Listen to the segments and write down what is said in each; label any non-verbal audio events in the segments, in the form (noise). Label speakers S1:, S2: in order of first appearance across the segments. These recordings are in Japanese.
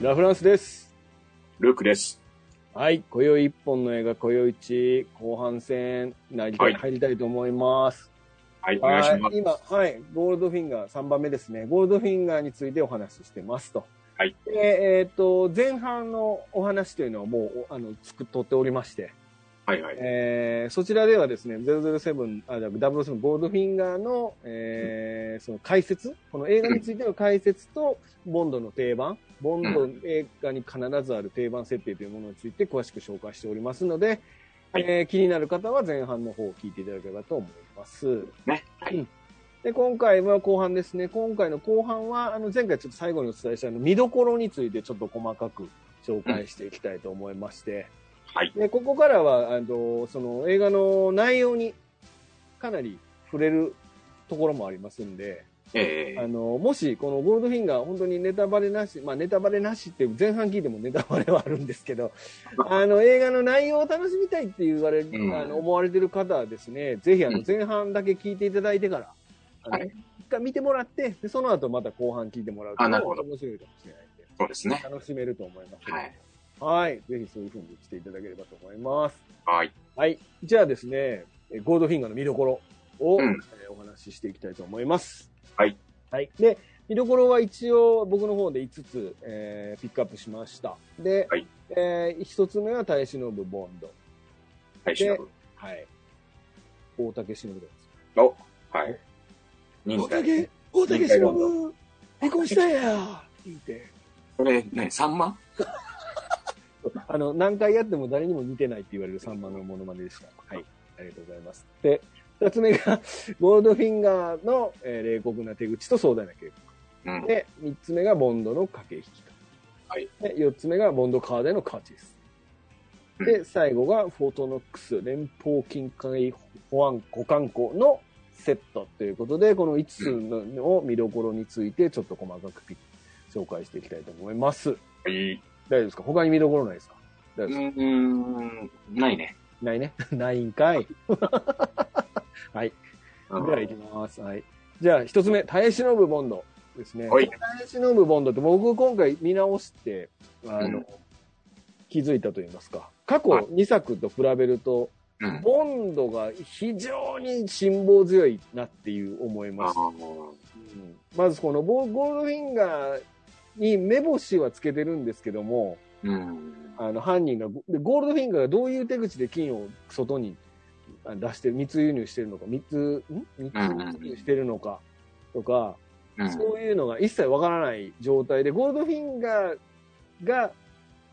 S1: ラフランスです。
S2: ルークです。
S1: はい。今宵一本の映画、今宵一、後半戦、なりたい
S2: はい
S1: 入りたいと思います。
S2: はい、お願いしま
S1: はい
S2: す。
S1: 今、はい。ゴールドフィンガー、3番目ですね。ゴールドフィンガーについてお話ししてますと。
S2: はい。
S1: でえっ、と、前半のお話というのはもう、おあの、作っとっておりまして、
S2: はいはい。
S1: えーそちらではですね、007、あ、じゃあ007ゴールドフィンガーの、えーその解説、この映画についての解説と、ボンドの定番、ボンド映画に必ずある定番設定というものについて詳しく紹介しておりますので、
S2: はい
S1: えー気になる方は前半の方を聞いていただければと思います。
S2: ね。はい。
S1: で、今回は後半ですね。今回の後半は、あの、前回ちょっと最後にお伝えしたあの見どころについてちょっと細かく紹介していきたいと思いまして。
S2: はい。
S1: で、ここからは、あの、その映画の内容にかなり触れるところもありますんで、
S2: え
S1: あの、もしこのゴールドフィンガー本当にネタバレなし、まあネタバレなしって前半聞いてもネタバレはあるんですけ
S2: (laughs)
S1: ど、あの、映画の内容を楽しみたいって言われ、
S2: うん
S1: あの思われてる方はですね、ぜひあ
S2: う
S1: の
S2: ん
S1: 前半だけ聞いていただいてから、あ
S2: は
S1: の
S2: い
S1: 一回見てもらって、でその後また後半聞いてもらうと
S2: あなるほど
S1: 面白いかもしれないんで、
S2: ー、そうですね。
S1: 楽しめると思いますので。
S2: はい。
S1: はい。ぜひそういうふうにしていただければと思います。
S2: はい。
S1: はい。じゃあですね、えゴールドフィンガーの見どころを、
S2: うん
S1: えーお話ししていきたいと思います。
S2: はい。
S1: はい。で、見どころは一応僕の方で5つ、えーピックアップしました。で、
S2: はい
S1: えー1つ目は耐え忍ぶボンド。
S2: はい、しのぶ。
S1: はい。大竹忍ぶです。
S2: お、はい。忍
S1: 大
S2: 者。竹忍
S1: ぶ離婚したんや言うて。
S2: これ、ね、三万
S1: あの、何回やっても誰にも似てないって言われるサンマのモノマネでした。はい。ありがとうございます。で、二つ目が、ゴールドフィンガーの、えー冷酷な手口と壮大な計
S2: うん
S1: 画。。で、三つ目がボンドの駆け引きと。
S2: はい。
S1: で、四つ目がボンドカーでのカーチです。で、最後がフォートノックス連邦近海保安保管庫のセットということで、この5つのの見どころについてちょっと細かくピ紹介していきたいと思います。
S2: はい。
S1: 大丈夫ですか他に見どころないですか
S2: うーん、ないね。
S1: ないね。 (laughs) ないんかい。はい。
S2: う
S1: で
S2: ん
S1: は行きます。はい。じゃあ、一つ目、耐え忍ぶボンドですね。
S2: はい
S1: 耐え忍ぶボンドって僕今回見直して、あの、
S2: うん
S1: 気づいたと言いますか。過去
S2: はい
S1: 2作と比べると、
S2: うん。
S1: ボンドが非常に辛抱強いなっていう思い
S2: あ
S1: ました。
S2: ー
S1: うんまずこのボゴールドフィンガーに目星はつけてるんですけども、
S2: うん。
S1: あの犯人がゴでゴールドフィンガーがどういう手口で金を外にあ出して密輸入してるのか密ん密輸入してるのかとか、
S2: うん。
S1: そういうのが一切わからない状態でゴールドフィンガーが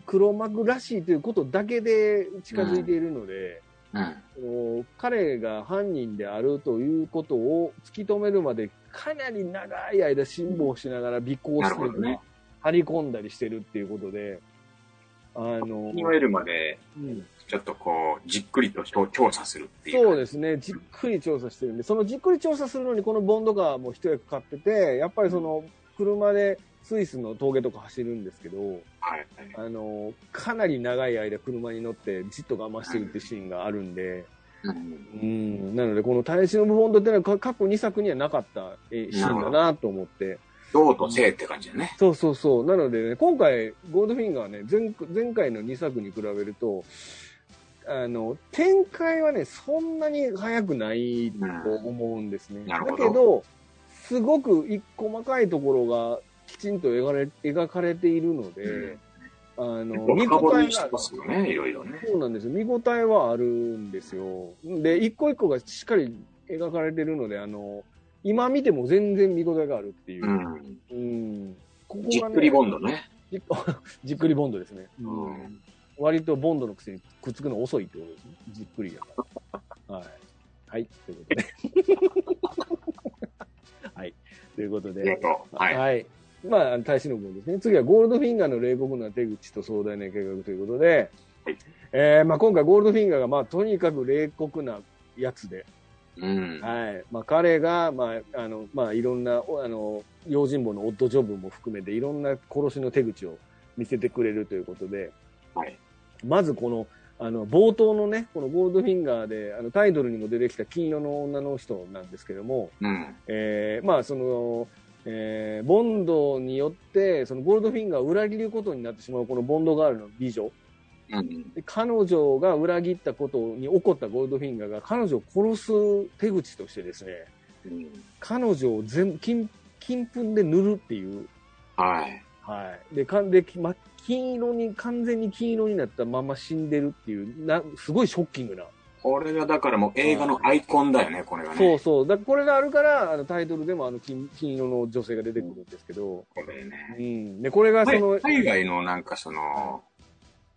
S1: 黒幕らしいということだけで近づいているので、
S2: うん。
S1: こう彼が犯人であるということを突き止めるまでかなり長い間辛抱しながら尾行したりと
S2: なるほ
S1: か、
S2: どね
S1: 張り込んだりしてるっていうことで。あの
S2: いわゆるまで、
S1: うん
S2: ちょっとこう、じっくりと調査するっていう。
S1: そうですね、じっくり調査してるんで、そのじっくり調査するのに、このボンドカーも一役買ってて、やっぱりその車でスイスの峠とか走るんですけど、
S2: はい。
S1: あのかなり長い間、車に乗ってじっと我慢してるっていうシーンがあるんで、
S2: うん。
S1: うんなので、この耐え忍ぶボンドっていうのは、か過去2作にはなかったえシーンだなと思って、
S2: 道と性って感じだね。
S1: そうそうそう、なのでね、今回、ゴールドフィンガーはね前、前回の2作に比べると、あの展開はね、そんなに早くない
S2: うん
S1: と。思うんですね。
S2: なる
S1: だ
S2: ほど
S1: けど、すごく一細かいところがきちんと描かれ描かれているので、あ
S2: 結
S1: の、
S2: 構
S1: 見
S2: 深
S1: 応
S2: 掘
S1: え
S2: りして
S1: が、
S2: ますよね、いろいろね。
S1: そうなんですよ。見応えはあるんですよ。で、一個一個がしっかり描かれているので、あの、今見ても全然見応えがあるっていうう。
S2: ん。
S1: うん。ここ
S2: じっ
S1: がね
S2: くりボンドね。
S1: じっ (laughs) じっくりボンドですね。
S2: うん。
S1: 割とボンドのくせにくっつくの遅いってことですね。じっくりだから。はい。はい。ということで。 (laughs) はい。ということ
S2: ありが
S1: で。
S2: とう。はい。
S1: まあ、大使の部分ですね。次はゴールドフィンガーの冷酷な手口と壮大な計画ということで、
S2: はい
S1: えーまあ、今回ゴールドフィンガーが、まあ、とにかく冷酷なやつで、
S2: うん。
S1: はい。まあ、彼が、まあ、あの、まあ、いろんな、おあの、用心棒のオッドジョブも含めて、いろんな殺しの手口を見せてくれるということで、
S2: はい。
S1: まずこの、あの、冒頭のね、このゴールドフィンガーで、あの、タイトルにも出てきた金色の女の人なんですけども、
S2: うん。
S1: えーまあ、その、えーボンドによって、そのゴールドフィンガーを裏切ることになってしまう、このボンドガールの美女。
S2: うん。
S1: で彼女が裏切ったことに怒ったゴールドフィンガーが彼女を殺す手口としてですね、
S2: うん。
S1: 彼女を全部金、金粉で塗るっていう。
S2: はい。
S1: はい。で、かんで、きま、金色に、完全に金色になったまま死んでるっていう、な、すごいショッキングな。
S2: これがだからもう映画のアイコンだよね、これがね。
S1: そうそう。だこれがあるから、あのタイトルでもあの金、金色の女性が出てくるんですけど、
S2: これね。
S1: うん。で、これがその、
S2: 海海外のなんかその、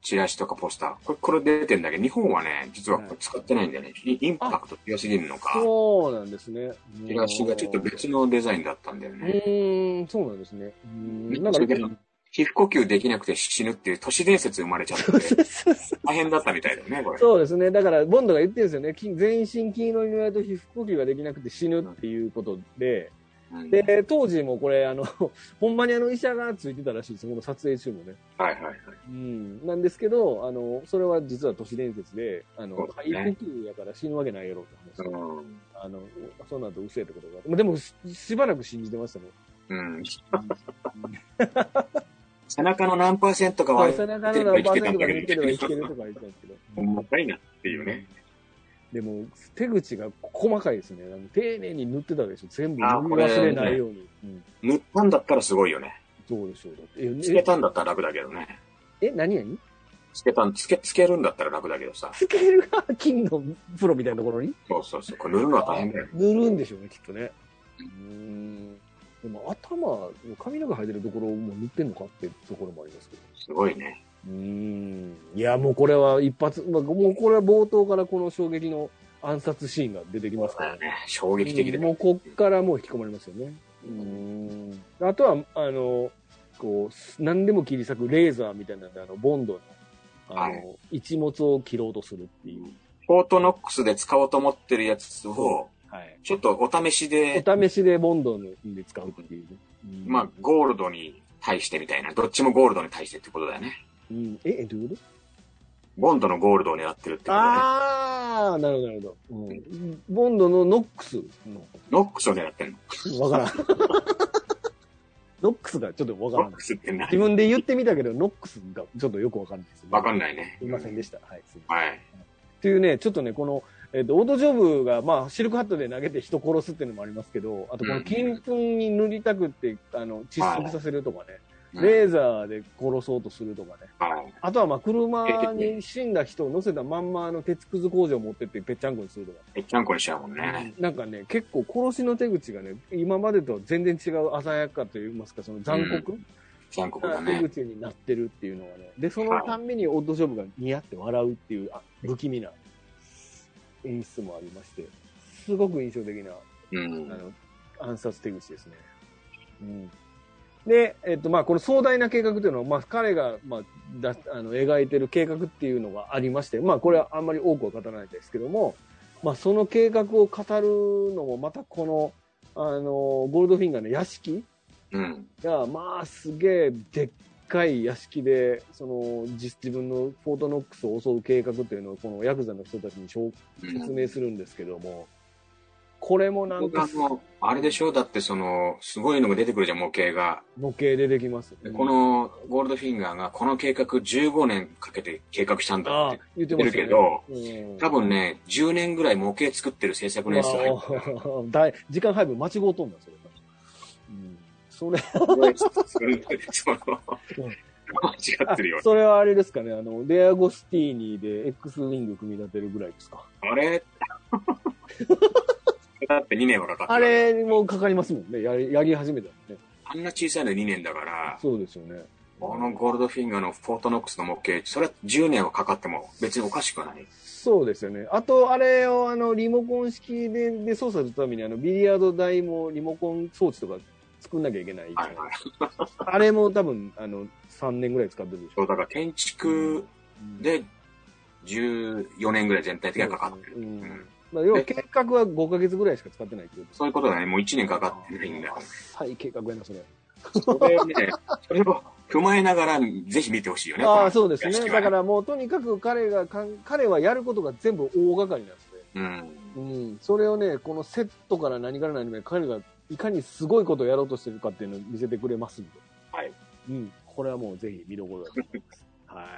S2: チラシとかポスター、これ、これ出てんだけど、日本はね、実はこれ使ってないんだよね。イインパクト強すぎるのか、
S1: そうなんですね。
S2: チラシがちょっと別のデザインだったんだよ
S1: う
S2: ね。
S1: ーん、そうなんですね。うーん、なんか
S2: それで、皮膚呼吸できなくて死ぬっていう都市伝説生まれちゃって、大変だったみたいだよね、これ。
S1: そうですね。だから、ボンドが言ってるんですよね。金全身金色に塗られると皮膚呼吸ができなくて死ぬっていうことで、
S2: うん
S1: で、当時もこれ、あの、 (laughs) ほんまにあの医者がついてたらしいですこの撮影中もね。
S2: はいはいはい。
S1: うん。なんですけど、あの、それは実は都市伝説で、あの、
S2: そうです
S1: 肺
S2: ね
S1: 呼吸やから死ぬわけないやろって話。
S2: うん。
S1: あの、その後、うせえってことがあって。でも、ししばらく信じてましたね。
S2: うん。 (laughs) 背中の何パーセントかは、
S1: 背中の何パーセントが抜ければいけるとか言ってたんですけど。
S2: ほんまかいなっていうね。
S1: でも、手口が細かいですね。なんか丁寧に塗ってたでしょ。全部
S2: あー
S1: 塗り忘れないように。うん
S2: 塗ったんだったらすごいよね。
S1: どうでしょうだって。
S2: つけたんだったら楽だけどね。
S1: え、え何々
S2: つけたん、つけ、つけるんだったら楽だけどさ。
S1: つけるが金のプロみたいなところに
S2: そうそうそう。これ塗るのは大変だよ。
S1: 塗るんでしょうね、きっとね。う。
S2: うん
S1: でも頭、髪の毛生えてるところも塗ってんのかってところもありますけど。
S2: すごいね。
S1: うん。いや、もうこれは一発、まあ、もうこれは冒頭からこの衝撃の暗殺シーンが出てきますからね。
S2: ね衝撃的で。
S1: もうこっからもう引き込まれますよね。あとは、あの、こうす、何でも切り裂くレーザーみたいなんで、あの、ボンドの、あの、
S2: はい
S1: 一物を切ろうとするっていう。
S2: フォートノックスで使おうと思ってるやつを、
S1: はい。
S2: ちょっとお試しで、
S1: お試しでボンドので使うっていうね。うん
S2: まあ、ゴールドに対してみたいな。どっちもゴールドに対してってことだよね。
S1: うん、え、えどういうこ
S2: ボンドのゴールドを狙ってるってこと
S1: と
S2: だね。
S1: ああ、なるほど、なるほど、うん。ボンドのノックスの
S2: ノックスを狙ってるの。
S1: わからん。 (laughs) ノックスがちょっとわから
S2: ノ
S1: ん
S2: ッ。クスって何
S1: 自分で言ってみたけど、ノックスがちょっとよくわかんないです、ね。
S2: わかんないね。
S1: いませんでした。はい。すいません
S2: はい。
S1: っていうね、ちょっとね、この、えっ、と、オートジョブが、まあ、シルクハットで投げて人殺すっていうのもありますけど、あと、こ
S2: う
S1: の
S2: ん
S1: 金粉に塗りたくって、あの、窒息させるとかね、
S2: うん
S1: レーザーで殺そうとするとかね、
S2: はい。
S1: あとは、まあ、車に死んだ人を乗せたまんま、あの、鉄くず工場を持ってって、ぺっちゃんこにするとか、
S2: ぺっちゃんこにしちゃうもんね。
S1: なんかね、結構殺しの手口がね、今までとは全然違う鮮やかといいますか、その残酷
S2: 残酷だ
S1: な手
S2: ね。
S1: 口になってるっていうのがね、で、そのたんびにオートジョブが似合って笑うっていう、あ不気味な演出もありまして、すごく印象的な、
S2: う
S1: あ
S2: ん。
S1: の、暗殺手口ですね。うん。で、えっと、まあ、この壮大な計画というのは、まあ、彼が、まあ、だあの描いてる計画っていうのがありまして、まあ、これはあんまり多くは語らないですけども、まあ、その計画を語るのも、またこの、あの、ゴールドフィンガーの屋敷
S2: うん。
S1: が、まあ、すげえ、でっかい屋敷で、その、自自分のフォートノックスを襲う計画というのを、このヤクザの人たちにしょう
S2: うん
S1: 説明するんですけども、これもなん
S2: 僕あ
S1: か、
S2: の、あれでしょだってその、すごいのが出てくるじゃん、模型が。
S1: 模型でできます。
S2: でこ、のゴールドフィンガーがこの計画15年かけて計画したんだ
S1: あ
S2: っ
S1: あ
S2: て、
S1: 言って
S2: 言っ
S1: ま
S2: て
S1: す
S2: る
S1: よ
S2: け
S1: ね
S2: ど、
S1: うん
S2: 多分ね、10年ぐらい模型作ってる制作年数入ってる
S1: ああ (laughs) だい時間配分間違うとんだ、それ。うん、それ、
S2: それでその、
S1: うん
S2: 間違ってるよ
S1: あ。それはあれですかね、あの、デアゴスティーニで X ウィング組み立てるぐらいですか。
S2: あれだって2年はかかった。
S1: あれもかかりますもんね、やりやり始めたらね。
S2: あんな小さいの2年だから、
S1: そうですよね。
S2: このゴールドフィンガーのフォートノックスの模型、それは10年はかかっても別におかしくはない。
S1: そうですよね。あと、あれをあのリモコン式でで操作するためにあのビリヤード台もリモコン装置とか作んなきゃいけない。
S2: はいはい。
S1: あれも多分あの3年ぐらい使ってるでし
S2: そ
S1: ょ。
S2: う、だから建築で14年ぐらい全体的にはかかってる。
S1: う
S2: うんん
S1: まあ、要は計画は5ヶ月ぐらいしか使ってないってことです
S2: そういうことだね。もう1年かかってないんだよ。
S1: 浅い計画やな、それ。
S2: それをね、それを踏まえながら、ぜひ見てほしいよね。
S1: あ
S2: こ
S1: あ、
S2: の
S1: そうです
S2: 屋
S1: ね。
S2: 敷は
S1: だからもうとにかく彼がかん、彼はやることが全部大掛かりなんですね。
S2: うん。
S1: うん。それをね、このセットから何から何まで彼がいかにすごいことをやろうとしてるかっていうのを見せてくれますんで。
S2: はい。
S1: うん。これはもうぜひ見どころだと思います。はい。はい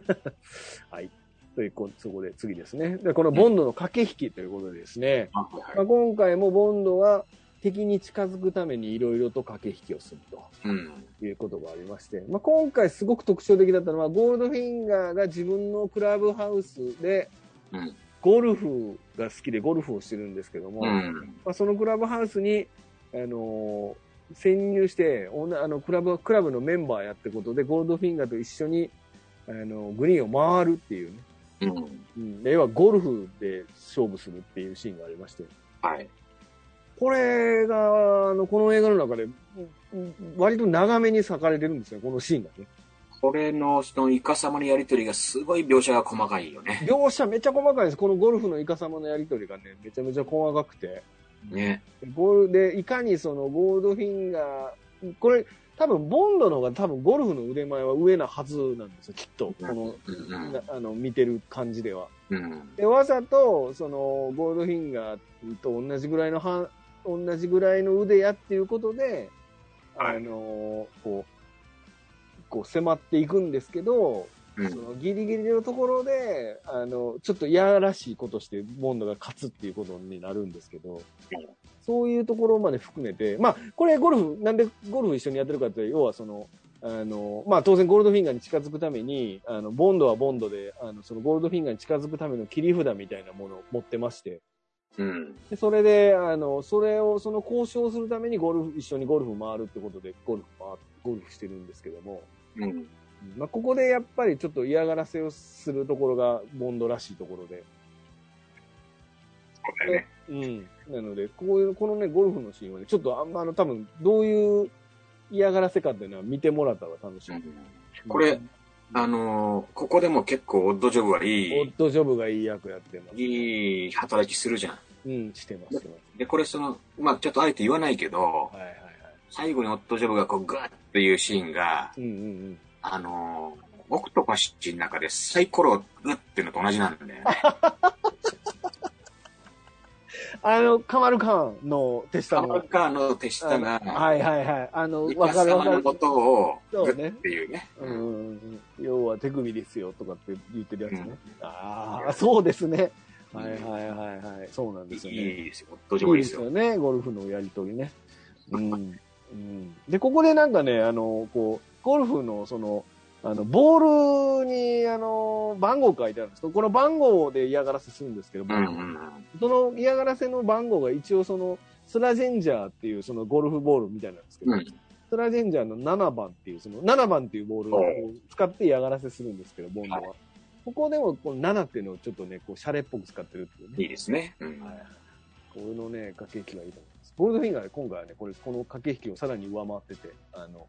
S1: はい。はい。というこ、そこで次ですね。で、このボンドの駆け引きということでですね。
S2: あはい
S1: ま
S2: は
S1: あ、
S2: い。
S1: 今回もボンドは敵に近づくためにいろいろと駆け引きをすると。
S2: うん。
S1: いうことがありまして、まあ、今回すごく特徴的だったのは、ゴールドフィンガーが自分のクラブハウスで
S2: うん、
S1: ゴルフが好きでゴルフをしてるんですけども、
S2: う
S1: ま
S2: ん。
S1: あ、そのクラブハウスに、あのー潜入して、おなあのクラブ、クラブのメンバーやってことで、ゴールドフィンガーと一緒に、あのーグリーンを回るっていうね、
S2: うん。
S1: うん、で要はゴルフで勝負するっていうシーンがありまして、
S2: はい。
S1: これが、あの、この映画の中で、うん割と長めに裂かれてるんですよ、このシーンがね。
S2: これの、その、イカ様のやりとりがすごい描写が細かいよね。
S1: 描写めちゃ細かいです。このゴルフのイカ様のやりとりがね、めちゃめちゃ細かくて。
S2: ね。
S1: ゴールで、いかにそのゴールドフィンガー、これ、多分、ボンドの方が多分ゴルフの腕前は上なはずなんですよ、きっと。この、
S2: うんうん
S1: なあの、見てる感じでは。
S2: うん。
S1: で、わざと、その、ゴールドフィンガーと同じぐらいのは、同じぐらいの腕やっていうことで、
S2: はい
S1: あの、こう、こう迫っていくんですけど、
S2: う
S1: そ
S2: ん。
S1: のギリギリのところで、あの、ちょっといやらしいことして、ボンドが勝つっていうことになるんですけど、そういうところまで含めて、まあ、これゴルフ、なんでゴルフ一緒にやってるかって、要はその、あの、まあ当然ゴールドフィンガーに近づくために、あの、ボンドはボンドで、あの、そのゴールドフィンガーに近づくための切り札みたいなものを持ってまして、
S2: うん。
S1: でそれで、あの、それを、その交渉をするためにゴルフ、一緒にゴルフ回るってことで、ゴルフ回、ゴルフしてるんですけども、
S2: うん。
S1: まあ、ここでやっぱりちょっと嫌がらせをするところがボンドらしいところで。
S2: そうだよね。
S1: うん。なので、こういう、このね、ゴルフのシーンはね、ちょっとあんま、あの、多分、どういう嫌がらせかっていうのは見てもらったら楽し
S2: う
S1: い。
S2: んこれ、あのーここでも結構オッドジョブは
S1: オ
S2: い
S1: ッドジョブがいい役やってます。
S2: い、いい働きするじゃん。
S1: うん、してます、してます。
S2: で、これその、まあちょっとあえて言わないけど、
S1: はいはいはい。
S2: 最後にオッドジョブがこうグーっていうシーンが、
S1: うんうん
S2: あのーオクトパシッチの中でサイコロをグッっていうのと同じなんだよね。
S1: うん。あの、カマルカーンの手下
S2: カ
S1: の。
S2: マカーの手下
S1: あの
S2: が、
S1: はいはいはい。あの、
S2: イ
S1: わ
S2: カ
S1: かる
S2: 様
S1: わか
S2: の
S1: る
S2: こ。とをグ
S1: そう
S2: ッ
S1: ね
S2: っていうね。
S1: うんうんうん、要は手首ですよとかって言ってるやつね。
S2: うん
S1: ああ、そうですね。
S2: うん
S1: はいはいはいはい。そうなん
S2: い
S1: ですよね。
S2: いですよ。オッドジョブ
S1: い
S2: い
S1: い
S2: い
S1: で
S2: ですす
S1: よ
S2: よ。
S1: ね、ゴルフのやりとりね。うん。うん、で、ここでなんかね、あの、こう、ゴルフのその、あの、ボールに、あの、番号書いてあるんですけど、この番号で嫌がらせするんですけど、
S2: う
S1: も
S2: んうん
S1: その嫌がらせの番号が一応その、スラジェンジャーっていうそのゴルフボールみたいなんですけど、
S2: うん。
S1: スラジェンジャーの7番っていう、その7番っていうボールを使って嫌がらせするんですけど、ボンドは。ここでもこの7っていうのをちょっとね、こう、シャレっぽく使ってるっていう
S2: い
S1: ね。
S2: いですね。うん
S1: はい。これのね、駆け引きがいいと思います。ゴールドフィンガーで今回はね、これ、この駆け引きをさらに上回ってて、あの、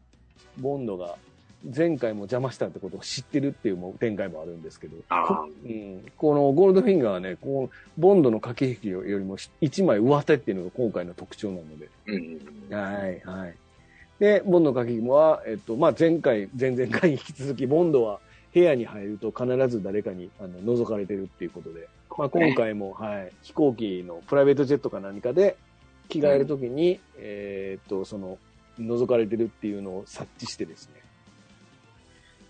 S1: ボンドが前回も邪魔したってことを知ってるっていうも展開もあるんですけど、
S2: あ
S1: こ
S2: あ、
S1: うん、このゴールドフィンガーはね、こう、ボンドの駆け引きよりも1枚上手っていうのが今回の特徴なので、
S2: うんうん。
S1: はい、はい。で、ボンドの書きもは、えっと、まあ、前回、前々回に引き続き、ボンドは部屋に入ると必ず誰かにあの覗かれてるっていうことで、まあ、今回も、はい、飛行機のプライベートジェットか何かで着替えるときに、えーっと、その、覗かれてるっていうのを察知してですね。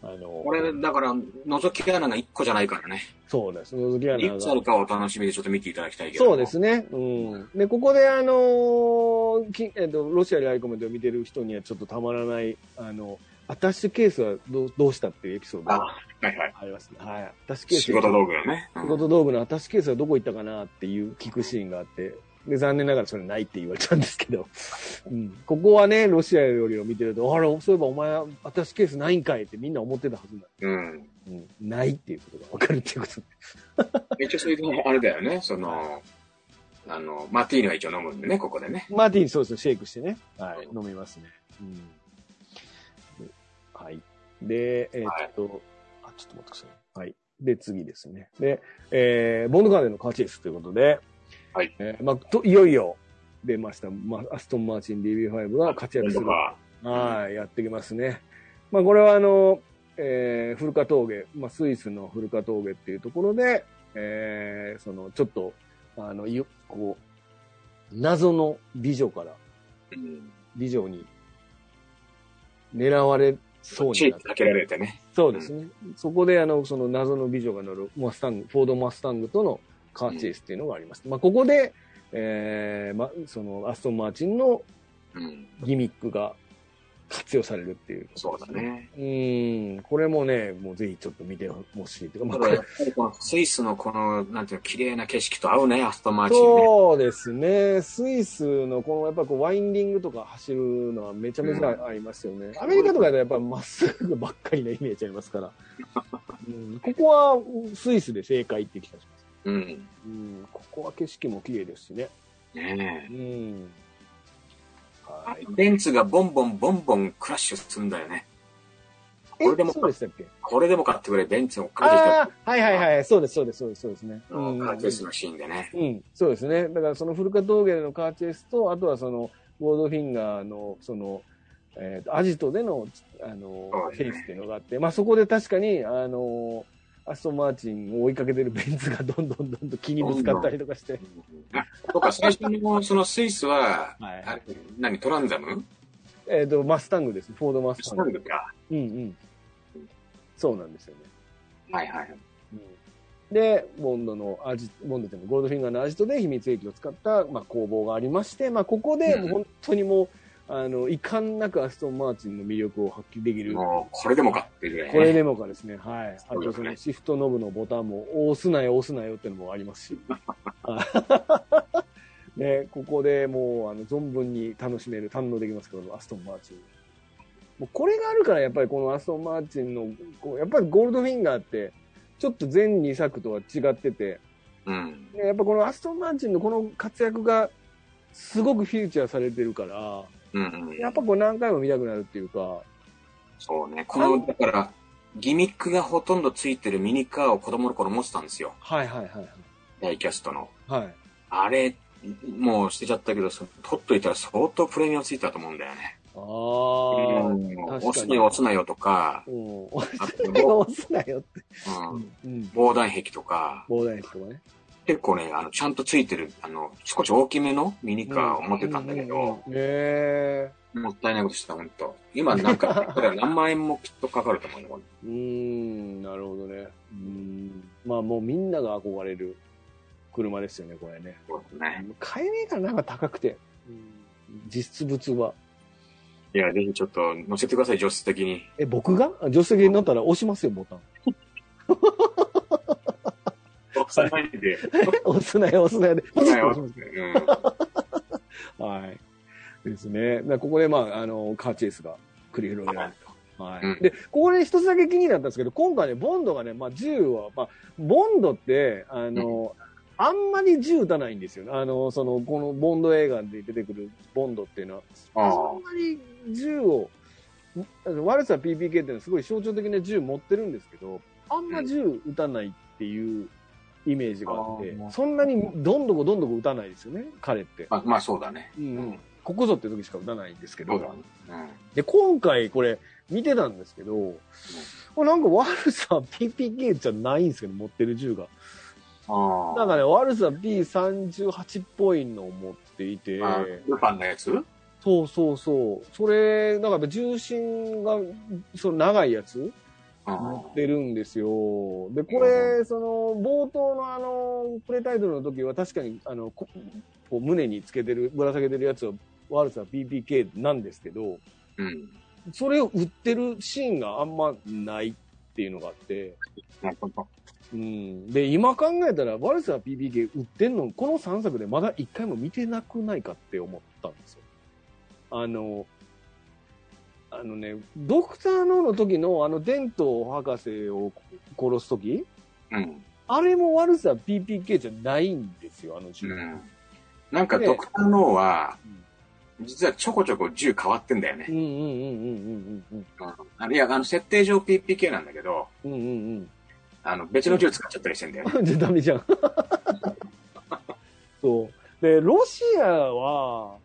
S1: あの、
S2: これ、だから、覗き穴が1個じゃないからね。
S1: そうです。覗き穴
S2: いつあ
S1: が
S2: る。かをお楽しみでちょっと見ていただきたいけど。
S1: そうですね。うん。で、ここで、あのーきえっと、ロシアリアイコメントを見てる人にはちょっとたまらない、あの、アタッシュケースはどうどうしたっていうエピソード
S2: あ、
S1: が
S2: はいはい。
S1: ありますね。はい。アタッシュケース。
S2: 仕事道具よね。うん
S1: 仕事道具のアタッシュケースはどこ行ったかなっていう聞くシーンがあって、で、残念ながらそれないって言われたんですけど、 (laughs) うん。ここはね、ロシアよりを見てると、あれ、そういえばお前アタッシュケースないんかいってみんな思ってたはずなんだ。
S2: うん。
S1: うん。ないっていうことがわかるっていうことで。
S2: 一応そういう、あれだよね。その、あの、マティーニは一応飲むんでね、ここでね。
S1: マーティン、そうですね、シェイクしてね。はい、飲みますね。うん。ではい。で、えー
S2: はい
S1: っと、あ、ちょっと待ってくださいね。はい。で、次ですね。で、えーボンドガーデンのカーチェイスということで、
S2: はい。
S1: えーまあ、と、いよいよ出ました。まアストンマーチン DB5 が活躍す
S2: と
S1: る。
S2: か、
S1: はい、やってきますね。まあ、これはあの、えー、古川峠、まあ、スイスの古川峠っていうところで、えー、その、ちょっと、あの、ゆこ謎の美女から
S2: うん。
S1: 美女に狙われそう
S2: 地
S1: になっ
S2: 域かけられてね。
S1: そうですね。そこで、あの、その謎の美女が乗るマスタング、フォードマスタングとのカーチェイスっていうのがあります。まあ、ここで、えー、ま、その、アストン・マーチンの
S2: うん。
S1: ギミックが活用されるっていう。
S2: そうだ。ね。
S1: うーん、これもね、もうぜひちょっと見てほしいというか、
S2: た
S1: ま
S2: だや
S1: あ
S2: っ、ぱりこのスイスのこの、なんていうの、綺麗な景色と合うね、アストンマーチンね。
S1: そうですね。スイスのこのやっぱこうワインディングとか走るのはめちゃめちゃありますよね。アメリカとかでやっぱまっすぐばっかりなイメージありますから。うん、ここはスイスで正解って気がします。
S2: うん。
S1: うん、ここは景色も綺麗ですしね。
S2: ね
S1: う
S2: え。
S1: ん。はい。
S2: ベンツがボンボンボンボンクラッシュするんだよね。
S1: え、
S2: これでも
S1: そうでしたっけ
S2: これでも買ってくれ、ベンツを追っかけてきた
S1: ああ、はいはいはい。そうです、そうです、そうです、そうですね。
S2: あ
S1: う
S2: の
S1: ん。
S2: カーチェイスのシーンでね。
S1: うん、そうですね。だからその古川峠でのカーチェイスと、あとはその、ゴールドフィンガーの、その、えっ、と、アジトでの、あの
S2: そう、です
S1: チェ
S2: ね
S1: イスっていうのがあって、まあそこで確かに、あの、アストンマーチンを追いかけてるベンツがどんどんどんどん気にぶつかったりとかして。
S2: あ、そうか、最初のそのスイスは、
S1: はい
S2: あれ何、トランザム
S1: えっ、と、マスタングです。フォードマス
S2: ス
S1: タン
S2: タン
S1: グ。
S2: グか。
S1: うんうん。そうなんですよね。
S2: はいはい。
S1: で、ボンドのアジ、ボンドでもゴールドフィンガーのアジトで秘密兵器を使った、まあ、工房がありまして、まあ、ここで
S2: うん
S1: 本当にもう、あの、遺憾なくアストンマーチンの魅力を発揮できる、こ
S2: もう、これでもかっていうぐらいね。
S1: れでもかですね、はい。あ
S2: そう
S1: と
S2: で
S1: そ
S2: すね
S1: のシフトノブのボタンも押すなよ、押すなよっていうのもありますし。ね、ここでもう、あの、存分に楽しめる、堪能できますけど、アストンマーチン。もうこれがあるから、やっぱりこのアストンマーチンの、こうやっぱりゴールドフィンガーって、ちょっと前2作とは違ってて、
S2: うん。
S1: ねやっぱこのアストン・マーチンのこの活躍がすごくフィーチャーされてるから、
S2: うんうん。
S1: やっぱこう何回も見たくなるっていうか、
S2: そうね。この、だから、ギミックがほとんどついてるミニカーを子供の頃持ってたんですよ。
S1: はいはいはい
S2: ダイキャストの。
S1: はい。はい。
S2: あれ、もう捨てちゃったけど、そ取っといたら相当プレミアムついたと思うんだよね。
S1: あ
S2: う
S1: 確
S2: ん
S1: かに
S2: 押すなよ、押すなよとか、
S1: ー。うん。
S2: あと、
S1: 押すなよって。
S2: うん
S1: うん。
S2: 防弾壁とか、
S1: 膨大とかね。
S2: 結構ね、あの、ちゃんとついてる、あの、少し大きめのミニカーを持ってたんだけ
S1: うんうんうん
S2: ど、
S1: ねえ。
S2: もったいないことした、ほんと。今なんか、これは何万円もきっとかかると思うよ、これ
S1: うーん、なるほどね。うーん。まあもうみんなが憧れる車ですよね、これね。
S2: そうですね。
S1: 買えねえからなんか高くて。実物は。
S2: いや、ぜひちょっと乗せてください、助手席に。
S1: え、僕が助手席に乗ったら押しますよ、ボタン。
S2: 押さないで。
S1: 押すなよ、押すなよで。
S2: 押さない
S1: 押し
S2: よ
S1: ます。 (laughs) はい。ですね。だからここで、まあ、あの、カーチェイスが繰り広げられると。はい。
S2: うん
S1: で、ここで一つだけ気になったんですけど、今回ね、ボンドがね、まあ、銃は、まあ、ボンドって、あの、あんまり銃撃たないんですよね。あの、その、このボンド映画で出てくるボンドっていうのは、
S2: ああ
S1: そんなに銃を、あのワルサー PPK っていうのはすごい象徴的な銃持ってるんですけど、あんま銃撃たないっていうイメージがあって、
S2: うんああ
S1: そんなにどんどこどんどこ撃たないですよね、彼って。
S2: まあ、まあ、そうだね。
S1: うんうん、ここぞって時しか打たないんですけ
S2: そ
S1: ど、
S2: うだね。うん。
S1: で今回これ見てたんですけど、これなんかワルサー PPK じゃないんですけど持ってる銃が
S2: ああ。
S1: なんかねワルサー B38 っぽいのを持っていて、
S2: あルパンのやつ
S1: そうそうそうそれなんかやっぱ重心がその長いやつ
S2: あ
S1: 持ってるんですよでこれその冒頭のあのプレタイトルの時は確かにあのここう胸につけてるぶら下げてるやつはワルサー PPK なんですけど、
S2: うん。
S1: それを売ってるシーンがあんまないっていうのがあって、
S2: なるほど。
S1: うん、で今考えたらワルサー PPK 売ってんのこの3作でまだ1回も見てなくないかって思ったんですよあのあのねドクター・ノーの時のあの伝統博士を殺す時
S2: うん。
S1: あれもワルサー PPK じゃないんですよあの銃、
S2: うん。なんか、ドクターノーは
S1: うん、
S2: 実はちょこちょこ銃変わってんだよ
S1: う
S2: ね。
S1: んうんうんうんうん
S2: あのいや、あの、設定上 PPK なんだけど、
S1: うんうんうん
S2: あの、別の銃使っちゃったりしてんだよね。
S1: (laughs) じゃダメじゃん。そう。で、ロシアは、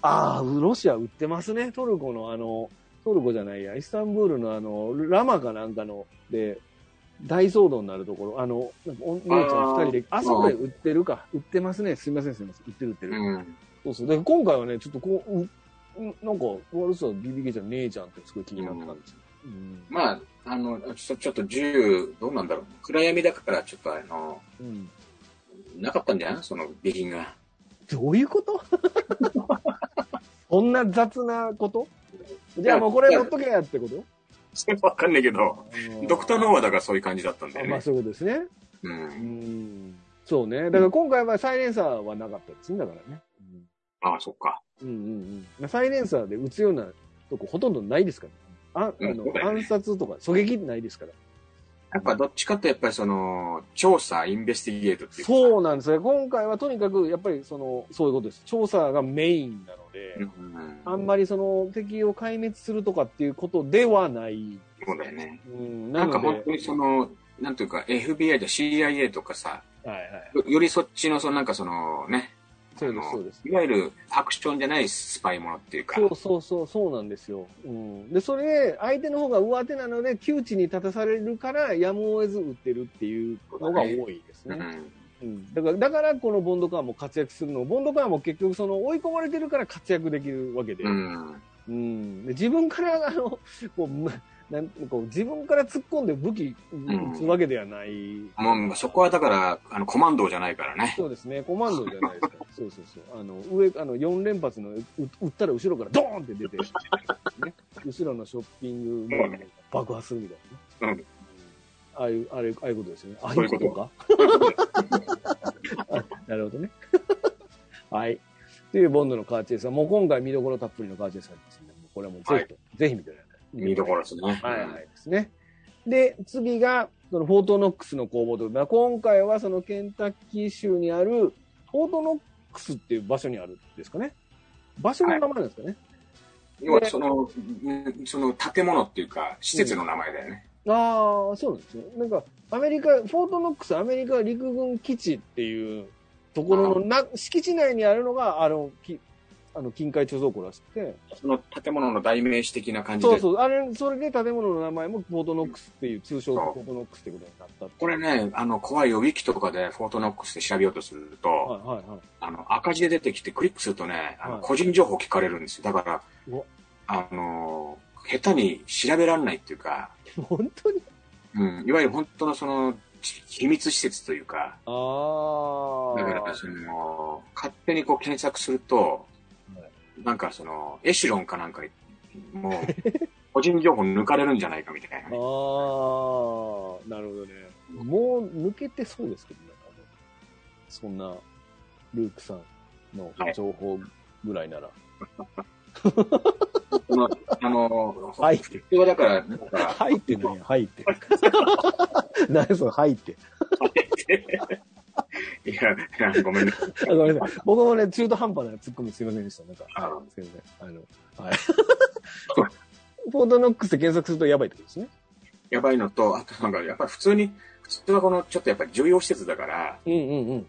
S1: ああ、ロシア売ってますね。トルコのあの、トルコじゃないや、イスタンブールのあの、ラマかなんかの、で、大騒動になるところ、あの、なんかお姉ちゃん二人で、あ、そうだよ、売ってるか。売ってますね。すいません、すいません。売ってる、売ってる。
S2: うん。
S1: そうそう。で、今回はね、ちょっとこう、うんなんか、悪そう、BBK じゃん、姉ちゃんってすごい気になってたんですよ。うん。
S2: まあ、あの、ちょちょっと銃、どうなんだろう。暗闇だから、ちょっとあの、
S1: うん。
S2: なかったんじゃないその備品が。
S1: どういうこと (laughs) そんな雑なことじゃあもうこれ持っとけやってこと
S2: それ (laughs) わかんないけど、ドクターの方はだからそういう感じだったんだ
S1: あ
S2: よ
S1: まあ
S2: ね。
S1: そういうことですね。
S2: う。
S1: うんん。そうね。だから今回はサイレンサーはなかったですね。だからね。
S2: ああ、そっか。
S1: うんうんうんまあ。サイレンサーで撃つようなとこほとんどないですから。ああ
S2: うん
S1: の、
S2: そうだよね
S1: 暗殺とか狙撃ないですから。
S2: やっぱどっちかってやっぱりその、調査、インベスティゲートっていうか
S1: そうなんですよ。今回はとにかく、やっぱりその、そういうことです。調査がメインなので、
S2: うん。
S1: あんまりその敵を壊滅するとかっていうことではない。
S2: そうだよね。
S1: うん、
S2: な
S1: なん
S2: か
S1: ので、
S2: 本当にその、なんていうか、FBI じゃ CIA とかさ、
S1: はいはい。
S2: よよりそっちの、そのなんかそのね、
S1: そうで
S2: あ
S1: す、
S2: の
S1: そうです。
S2: いわゆるアクションじゃないスパイものっていうか、
S1: そうそうそう、そうなんですよ。うん。で、それ、相手の方が上手なので、窮地に立たされるから、やむを得ず打ってるっていうのが多いです
S2: う
S1: ね。
S2: ん。
S1: うん。だから、だからこのボンドカーも活躍するの。ボンドカーも結局、その、追い込まれてるから活躍できるわけで。
S2: うん。
S1: うん、で自分からあのこうむなんこう自分から突っ込んで武器
S2: ん
S1: 打つわけではない、
S2: もうそこはだから、あの、コマンドじゃないからね。
S1: そうですねコマンドじゃない
S2: (laughs)
S1: ですかそうそうそうあの上あの4連発のう打ったら後ろからドーンって出て、ね、後ろのショッピングモールに爆破するみたいなね、
S2: うん
S1: ああいうあれああいうことですよねああい
S2: そういううこ
S1: こと
S2: と
S1: か
S2: (laughs)
S1: なるほどね (laughs) はいというボンドのカーチェイサーもう今回見どころたっぷりのカーチェイサーですねこれはもうぜひと、ぜひ見てください
S2: 見どころですね。
S1: はいはいですね。で、次が、そのフォートノックスの工房ということで、今回はそのケンタッキー州にある、フォートノックスっていう場所にあるんですかね。場所の名前なんですかね。
S2: 要はその、うんその建物っていうか、施設の名前だよね。
S1: ああ、そうなんですね。なんか、アメリカ、フォートノックスアメリカ陸軍基地っていうところのな、敷地内にあるのが、あの、きあの近海貯蔵庫らしくて、
S2: その建物の代名詞的な感じで。
S1: そうそう、あれ、それで建物の名前もフォートノックスっていう、通称フォートノックスってことになったっていう
S2: これ。ね、あの、怖いよ、ウィキとかでフォートノックスで調べようとすると、
S1: はいはいはい。 (laughs)
S2: あの、赤字で出てきてクリックするとね、あ
S1: は
S2: の
S1: い
S2: 個人情報聞かれるんですよ。だから
S1: うわ、
S2: あの、下手に調べられないっていうか、
S1: 本当に
S2: うん、いわゆる本当のその、ち秘密施設というか、
S1: ああ。
S2: だからその、勝手にこう検索すると、なんかその、エシュロンかなんかに、も (laughs) う、個人情報抜かれるんじゃないかみたいな
S1: ああな
S2: ね。、
S1: るほどね。もう抜けてそうですけどね。多分そんな、ルークさんの情報ぐらいなら。
S2: そのあの、
S1: はい
S2: 普通はだから、なんか、
S1: 入ってないや、入って。何その、入って。
S2: いや、いや
S1: (laughs)
S2: ごめんね。
S1: あごめんなさい。僕もね、中途半端なツッコミすいませんでした。なんか、
S2: あ
S1: はい、すいません。あの、
S2: (laughs)
S1: はい。フォートノックスで検索するとやばいってことですね。
S2: やばいのと、あとなんか、やっぱり普通に、普通はこの、ちょっとやっぱり重要施設だから、
S1: うんうんうん。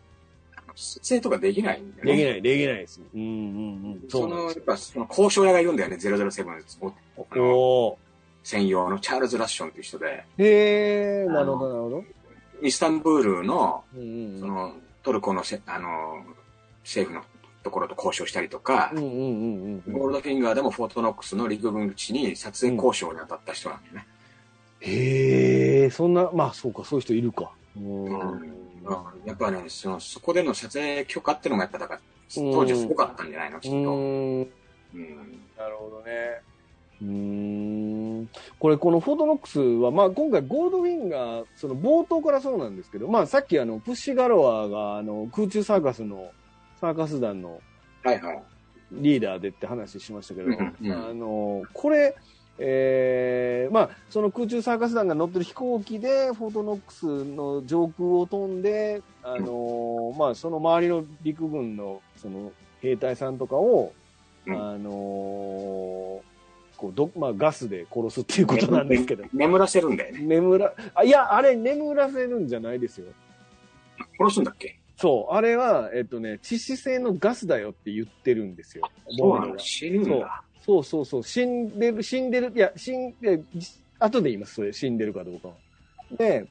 S2: 撮影とかできないんだよ
S1: でき
S2: ね。
S1: ない、できないです。うんうんうん。な
S2: そ
S1: んで
S2: の、やっ
S1: すよ
S2: ぱその交渉屋がいるんだよね、007のあの
S1: おー。
S2: 専用のチャールズ・ラッションという人で、
S1: へえ、なるほど、なるほど。
S2: イスタンブールの、
S1: うんうんうん
S2: その、トルコのせ、あの、政府のところと交渉したりとか、
S1: うんうんうんうん
S2: ゴールドフィンガーでもフォートノックスの陸軍基地に撮影交渉に当たった人なんだよね。
S1: へえ、そんな、まあそうか、そういう人いるか。うん
S2: うんまあやっぱね、その、そこでの撮影許可ってのもやっぱだから、当時はすごかったんじゃないの、きっと。
S1: ん、
S2: うん。
S1: なるほどね。うーんこれ、このフォートノックスは、まあ、今回、ゴールドウィンが、その冒頭からそうなんですけど、まあ、さっき、あの、プッシュガロアが、あの、空中サーカスの、サーカス団の
S2: はいはい。
S1: リーダーでって話しましたけど、
S2: うんうん
S1: あの、これ、えーまあ、その空中サーカス団が乗ってる飛行機で、フォートノックスの上空を飛んで、あの、まあ、その周りの陸軍の、その、兵隊さんとかを、
S2: うん
S1: あのこう、ど、まあ、ガスで殺すっていうことなんですけ
S2: (laughs)
S1: ど、
S2: 眠らせるんだよね。
S1: 眠ら、あ、いや、あれ、眠らせるんじゃないですよ。
S2: 殺すんだっけ
S1: そう、あれは、えっとね、致死性のガスだよって言ってるんですよ。
S2: そうなの死ぬんだ。
S1: そうそうそう、死んでる、死んでる、いや、死んで、じ後で言います、それ、死んでるかどうかは。で、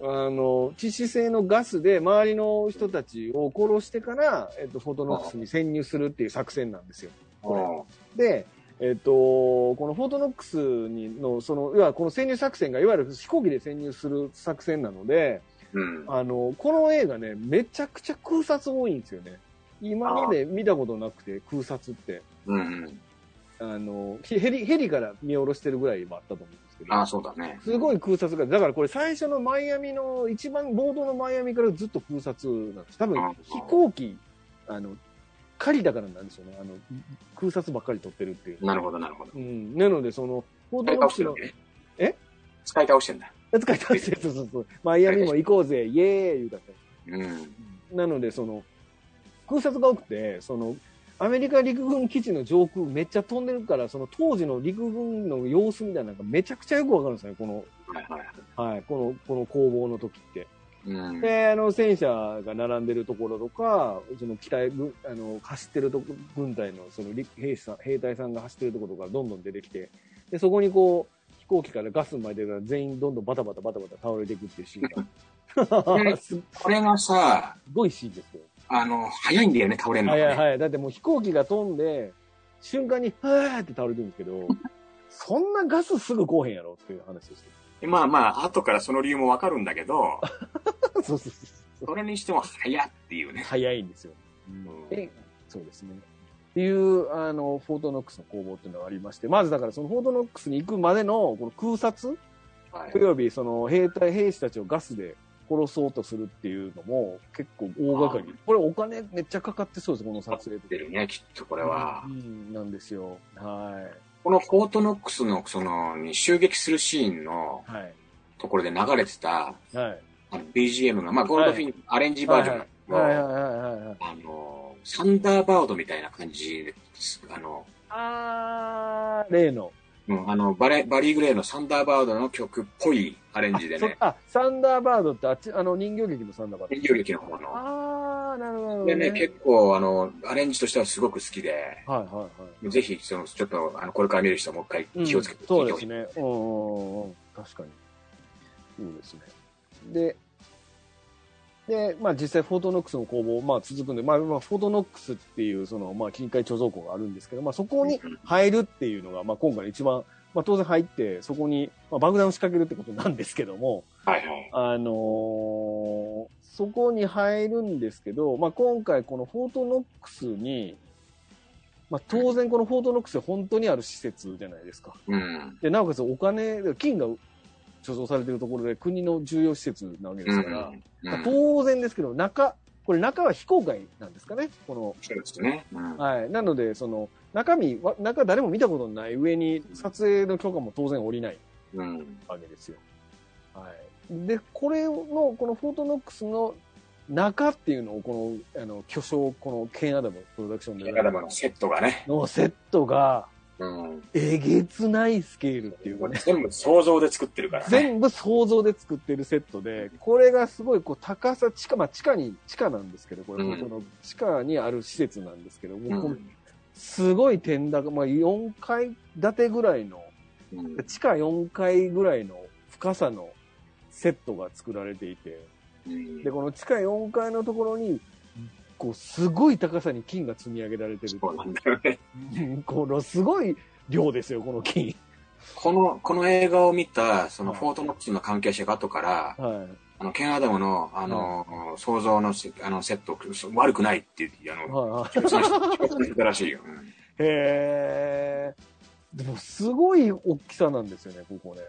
S1: あの、致死性のガスで周りの人たちを殺してから、えっと、フォトノックスに潜入するっていう作戦なんですよ。これ
S2: うん
S1: で、えっと、このフォートノックスにの、その、いわこの潜入作戦が、いわゆる飛行機で潜入する作戦なので、
S2: うん。
S1: あの、この映画ね、めちゃくちゃ空撮多いんですよね。今まで見たことなくて、空撮って。
S2: うん。
S1: あの、ヘリ、ヘリから見下ろしてるぐらいはあったと思うんですけど。
S2: ああ、そうだね。
S1: すごい空撮が、だからこれ最初のマイアミの、一番冒頭のマイアミからずっと空撮なんです。多分
S2: あ
S1: 飛行機、あの、狩りだからなんでしょうね。あの、空撮ばっかり撮ってるっていう。
S2: なるほど、なるほど。
S1: うん。なので、その、報
S2: 使
S1: 道
S2: い倒
S1: の
S2: してる
S1: の
S2: わけ、ね。
S1: え
S2: 使い倒してんだ。
S1: 使い倒してそうそうそう。マイアミも行こうぜ、イエーイ言うたって
S2: うん。
S1: なので、その、空撮が多くて、その、アメリカ陸軍基地の上空めっちゃ飛んでるから、その当時の陸軍の様子みたいなのがめちゃくちゃよくわかるんですよね、この、
S2: はいはい。
S1: はい、この、この攻防の時って。
S2: うん。
S1: で、あの、戦車が並んでるところとか、その機体、ぐあの、走ってるとこ、軍隊の、その、り兵士さん、兵隊さんが走ってるところとかどんどん出てきて、で、そこにこう、飛行機からガスまでが全員どんどんバタバタバタバタ倒れていくっていうシーン
S2: (laughs)
S1: が。すっ
S2: これがさ、
S1: ごいシーンですよ。
S2: あの、早いんだよね、倒れるの
S1: は
S2: が
S1: い
S2: ね。
S1: はいはい。だってもう飛行機が飛んで、瞬間に、はーって倒れてるんですけ
S2: (laughs)
S1: ど、そんなガスすぐこうへんやろっていう話をして
S2: まあまあ、後からその理由もわかるんだ
S1: (laughs)
S2: けど、
S1: る。そうそうそう。
S2: それにしても早っていうね。
S1: 早いんですよ。
S2: うん
S1: で、そうですね。っていう、あの、フォートノックスの工房っていうのがありまして、まずだからそのフォートノックスに行くまでの、この空撮、
S2: はい
S1: およびその兵隊、兵士たちをガスで殺そうとするっていうのも結構大掛かり。これお金めっちゃかかってそうです、この撮影
S2: 合
S1: っ
S2: って
S1: て。
S2: るね、きっとこれは
S1: う。ん、なんですよ。は
S2: このフォートノックスの、その、に襲撃するシーンの
S1: い。はい。
S2: ところで流れてた、
S1: はい。
S2: あの BGM が、まあ、ゴールドフィン、アレンジバージョンなんだけど、
S1: はいはいはいはいはい。
S2: あの、サンダーバードみたいな感じです。あの、
S1: あー、例の。
S2: うん、あのバレ、バリーグレイのサンダーバードの曲っぽいアレンジで
S1: そっ
S2: ね、
S1: か、サンダーバードってあっち、あの人形劇のサンダーバー
S2: 演劇劇の方
S1: ド。
S2: の。
S1: あー、なるほどなるほど、
S2: でね、結構、あの、アレンジとしてはすごく好きで、
S1: はいはいはい。
S2: ぜひ、その、ちょっと、あの、これから見る人はもう一
S1: うん
S2: 回気をつけて
S1: そう
S2: 聞いて
S1: で
S2: ほし
S1: す
S2: い。
S1: ね。うんうんうんうん。確かに。そうですね。で、で、まあ実際フォートノックスの工房、まあ続くんで、まあ、まあフォートノックスっていう、その、まあ近海貯蔵庫があるんですけど、まあそこに
S2: うん
S1: 入るっていうのが、まあ今回の一番、まあ当然入って、そこに、まあ、爆弾を仕掛けるってことなんですけども、
S2: はいはい。
S1: あのーそこに入るんですけど、まあ、今回このフォートノックスに、まあ、当然このフォートノックスは本当にある施設じゃないですか。
S2: うん。
S1: で、なおかつお金、金が貯蔵されてるところで国の重要施設なわけですから、
S2: うん
S1: まあ当然ですけど、中、これ中は非公開なんですかね、この
S2: そうですね。うん。
S1: はい。なので、その、中身は、中誰も見たことのない上に、撮影の許可も当然下りない
S2: うん。
S1: わけですよ。はい。で、これの、このフォートノックスの中っていうのを、この、あの、巨匠、この、ケン・アダムプロダクションで
S2: だからまあセットがね、
S1: のセットが、
S2: うん。
S1: えげつないスケールっていうかね。
S2: 全部想像で作ってるからね。
S1: 全部想像で作ってるセットで、これがすごいこう高さ、地下、まあ地下に、地下なんですけど、これ、
S2: うん
S1: 本当の地下にある施設なんですけど、もうこ
S2: う
S1: の
S2: ん
S1: すごい天高、まあ4階建てぐらいの、
S2: うん
S1: 地下4階ぐらいの深さのセットが作られていて、
S2: うん
S1: で、この地下4階のところに、こう、すごい高さに金が積み上げられてる。
S2: そうなんだよね。
S1: (laughs) このすごい量ですよ、この金。
S2: この、この映画を見た、その、
S1: はい
S2: フォートノックスの関係者が後から、
S1: は
S2: あの、ケンアダムの、あの、想像のせ、あの、セット、そ悪くないって、あ
S1: い。
S2: の、
S1: はい。
S2: 称賛して称賛してたらしいよ。うん
S1: へえ。でも、すごい大きさなんですよね、ここね。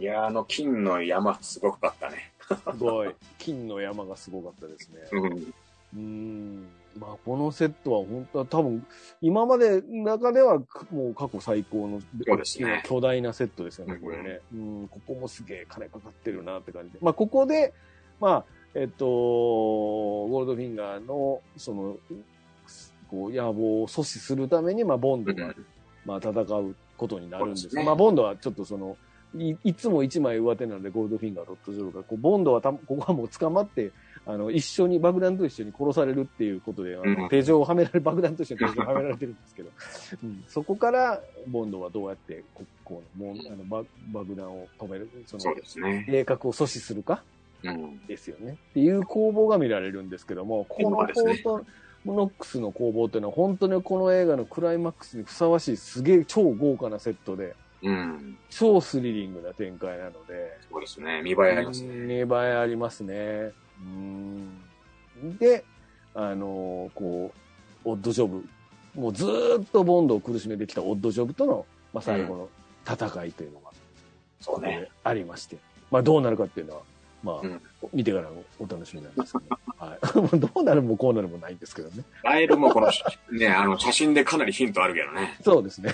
S2: いやー、あの、金の山、すごかったね。
S1: すごい。金の山がすごかったですね。
S2: うん。
S1: うん。まあ、このセットは本当は多分、今までの中ではかもう過去最高の、
S2: そうですね
S1: 巨大なセットですよね、これね。うん、ここもすげえ金かかってるなって感じで。まあ、ここで、まあ、えっと、ゴールドフィンガーの、その、こう野望を阻止するために、まあ、ボンドがまあ、戦うことになるんです
S2: そうですね
S1: まあ、ボンドはちょっとその、いいつも1枚上手なので、ゴールドフィンガー、ロッドジョルが、こうボンドはたここはもう捕まって、あの一緒に爆弾と一緒に殺されるっていうことで、あ
S2: う
S1: の
S2: ん
S1: 手錠をはめられ、 (laughs) 爆弾と一緒に手錠をはめられてるんですけど、うん、そこからボンドはどうやってここうもうあのば爆弾を止める、その
S2: そうですね。
S1: 計画を阻止するか
S2: うん。
S1: ですよね。っていう攻防が見られるんですけども、この
S2: そう
S1: フ
S2: ですね
S1: ォートノックスの攻防っていうのは、本当にこの映画のクライマックスにふさわしい、すげえ超豪華なセットで、
S2: うん。
S1: 超スリリングな展開なので、
S2: そうですね。見栄えありますね。
S1: 見栄えありますね。うんで、あのーこう、オッドジョブ、もうずーっとボンドを苦しめてきたオッドジョブとの、まあ、最後の戦いというのが、
S2: そうね。
S1: ありまして、まあ、どうなるかっていうのは、まあ、
S2: うん
S1: 見てからのお楽しみなんですけ
S2: (laughs)
S1: ど、はい、 (laughs) もうどうなるもこうなるもないんですけどね。
S2: ライルもこの、 (laughs) ね、あの、写真でかなりヒントあるけど (laughs) ね。
S1: そうですね。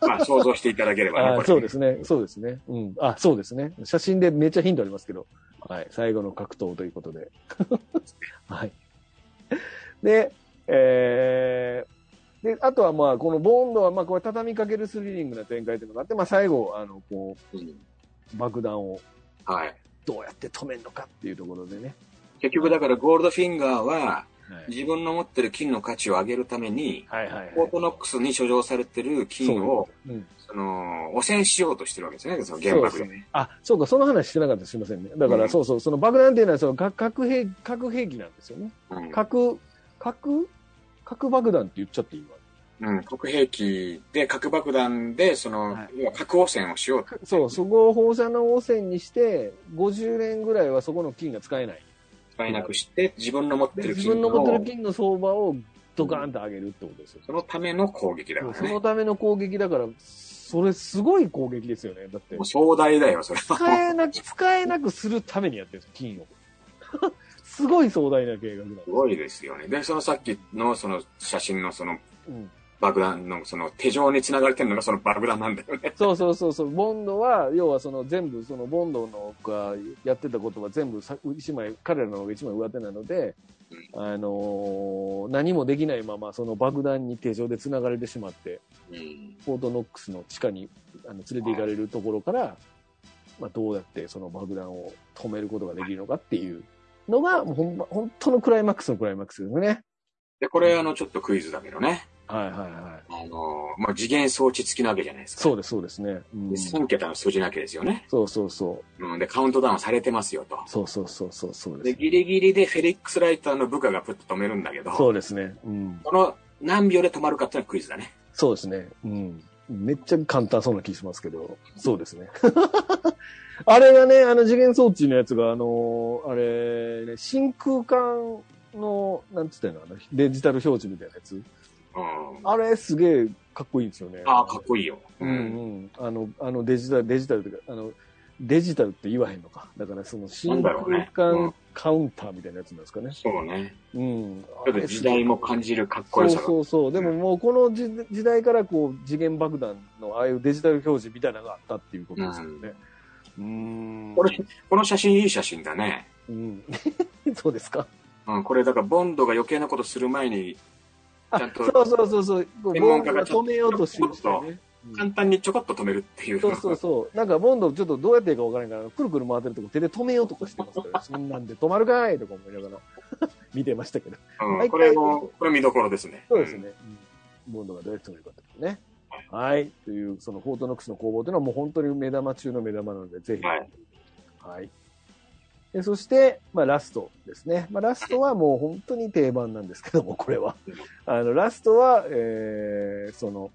S2: まあ、想像していただければね、
S1: あ
S2: こ
S1: ー
S2: れ
S1: そうですね。そうですね。うん。あ、そうですね。写真でめっちゃヒントありますけど、はい。最後の格闘ということで。 (laughs) はい。で、えー、で、あとはまあ、このボンドは、まあ、これ畳みかけるスリリングな展開というのがあって、まあ、最後、あの、こ
S2: うん
S1: う、爆弾を
S2: はい。
S1: どうやって止めるのかっていうところでね。
S2: 結局だからゴールドフィンガーは
S1: はい。
S2: 自分の持ってる金の価値を上げるために、
S1: はいはい、はい。
S2: フォートノックスに所蔵されてる金を、
S1: そう、うん、
S2: その、汚染しようとしてるわけですね、その原爆
S1: そう
S2: で
S1: で。あ、そうか、その話してなかったすみませんね。だから、
S2: うん
S1: そうそう、その爆弾っていうのは、その核核兵核兵器なんですよね。
S2: うん
S1: 核、核、核爆弾って言っちゃっていいわ。
S2: うん、核兵器で、核爆弾で、その、
S1: はい
S2: 要は核汚染をしようと。
S1: そう、そこを放射能汚染にして、50年ぐらいはそこの金が使えない。
S2: 使えなくして、自分の持って
S1: で
S2: る
S1: 自
S2: 金
S1: 分の持ってる
S2: の、
S1: 金の相場をドカーンと上げるってことですよ。
S2: そのための攻撃だか
S1: そう
S2: ら
S1: そ
S2: ね
S1: の。ための攻撃だから、それすごい攻撃ですよね。だって
S2: もう、壮大だよ、それは。
S1: 使えなく、使えなくするためにやってるんです、金を。 (laughs) すごい壮大な計画なんです
S2: す。ごいですよね。で、そのさっきの、その写真のその
S1: うん
S2: 爆弾の、その手錠に繋がれてるのがその爆弾なんだよね。
S1: そうそうそうそう、ボンドは、要はその全部、そのボンドのがやってたことは全部さ、一枚、彼らの方が一枚上手なので、あのー何もできないまま、その爆弾に手錠で繋がれてしまって、
S2: うん。
S1: フォートノックスの地下にあの連れて行かれるところから、まあ、どうやってその爆弾を止めることができるのかっていうのが、もうほんま、本当のクライマックスのクライマックスですね。
S2: で、これ、あの、ちょっとクイズだけどね。
S1: はいはいはい。
S2: あの、まあ、次元装置付きなわけじゃないですか。
S1: そうです、そうですね。うん
S2: で、3桁の数字なわけですよね。
S1: そうそうそう。
S2: うん。で、カウントダウンされてますよと。
S1: そうそうそうそう、そうで
S2: で、
S1: す。
S2: ギリギリでフェリックス・ライターの部下がプッと止めるんだけど、
S1: そうですね。うん。
S2: この何秒で止まるかっていうのはクイズだね。
S1: そうですね。うん。めっちゃ簡単そうな気しますけど、そうです
S2: (laughs)
S1: ね。あれがね、あの次元装置のやつが、あのーあれ、ね、真空管の、なんつったのあの、デジタル表示みたいなやつ。
S2: うん。
S1: あれ、すげえかっこいいんですよね。
S2: ああ、かっこいいよ。
S1: うんうん。あの、あのデジタル、デジタルというか、あの、デジタルって言わへんのか。だからその真空
S2: なんだろうねうん
S1: 管カウンターみたいなやつなんですかね。
S2: そうね。
S1: うん。
S2: ちょっと時代も感じるかっこよさが。
S1: そうそうそう。でももうこの時時代からこう次元爆弾のああいうデジタル表示みたいなのがあったっていうことですよね。うーん。
S2: これ、この写真いい写真だね。
S1: うん。 (laughs) そうですか。
S2: うん、これだからボンドが余計なことする前に、ち
S1: あ
S2: ゃんと
S1: そうそうそうそう。ボン
S2: 専
S1: ド
S2: 門家
S1: が
S2: がちょ
S1: 止
S2: っと
S1: めようとしてるし
S2: (laughs)
S1: ね。う
S2: 簡
S1: ん
S2: 単にちょこっと止めるっていう。
S1: そうそうそう。なんかボンドちょっとどうやっていいかわからないから、くるくる回ってるとこ手で止めようとかしてますから、そんなんで止まるかいとか思いながら (laughs) 見てましたけど。
S2: うん、これも、これ見どころですね。
S1: そうですね。ボンドがどうやって止めるかってことね。はい。という、そのフォートノックスの攻防というのはもう本当に目玉中の目玉なので、ぜ
S2: う
S1: ひ
S2: ん。はい。
S1: はい。でそして、まあ、ラストですね。まあ、ラストはもう本当に定番なんですけども、これは
S2: うん。
S1: あの、ラストは、えー、その、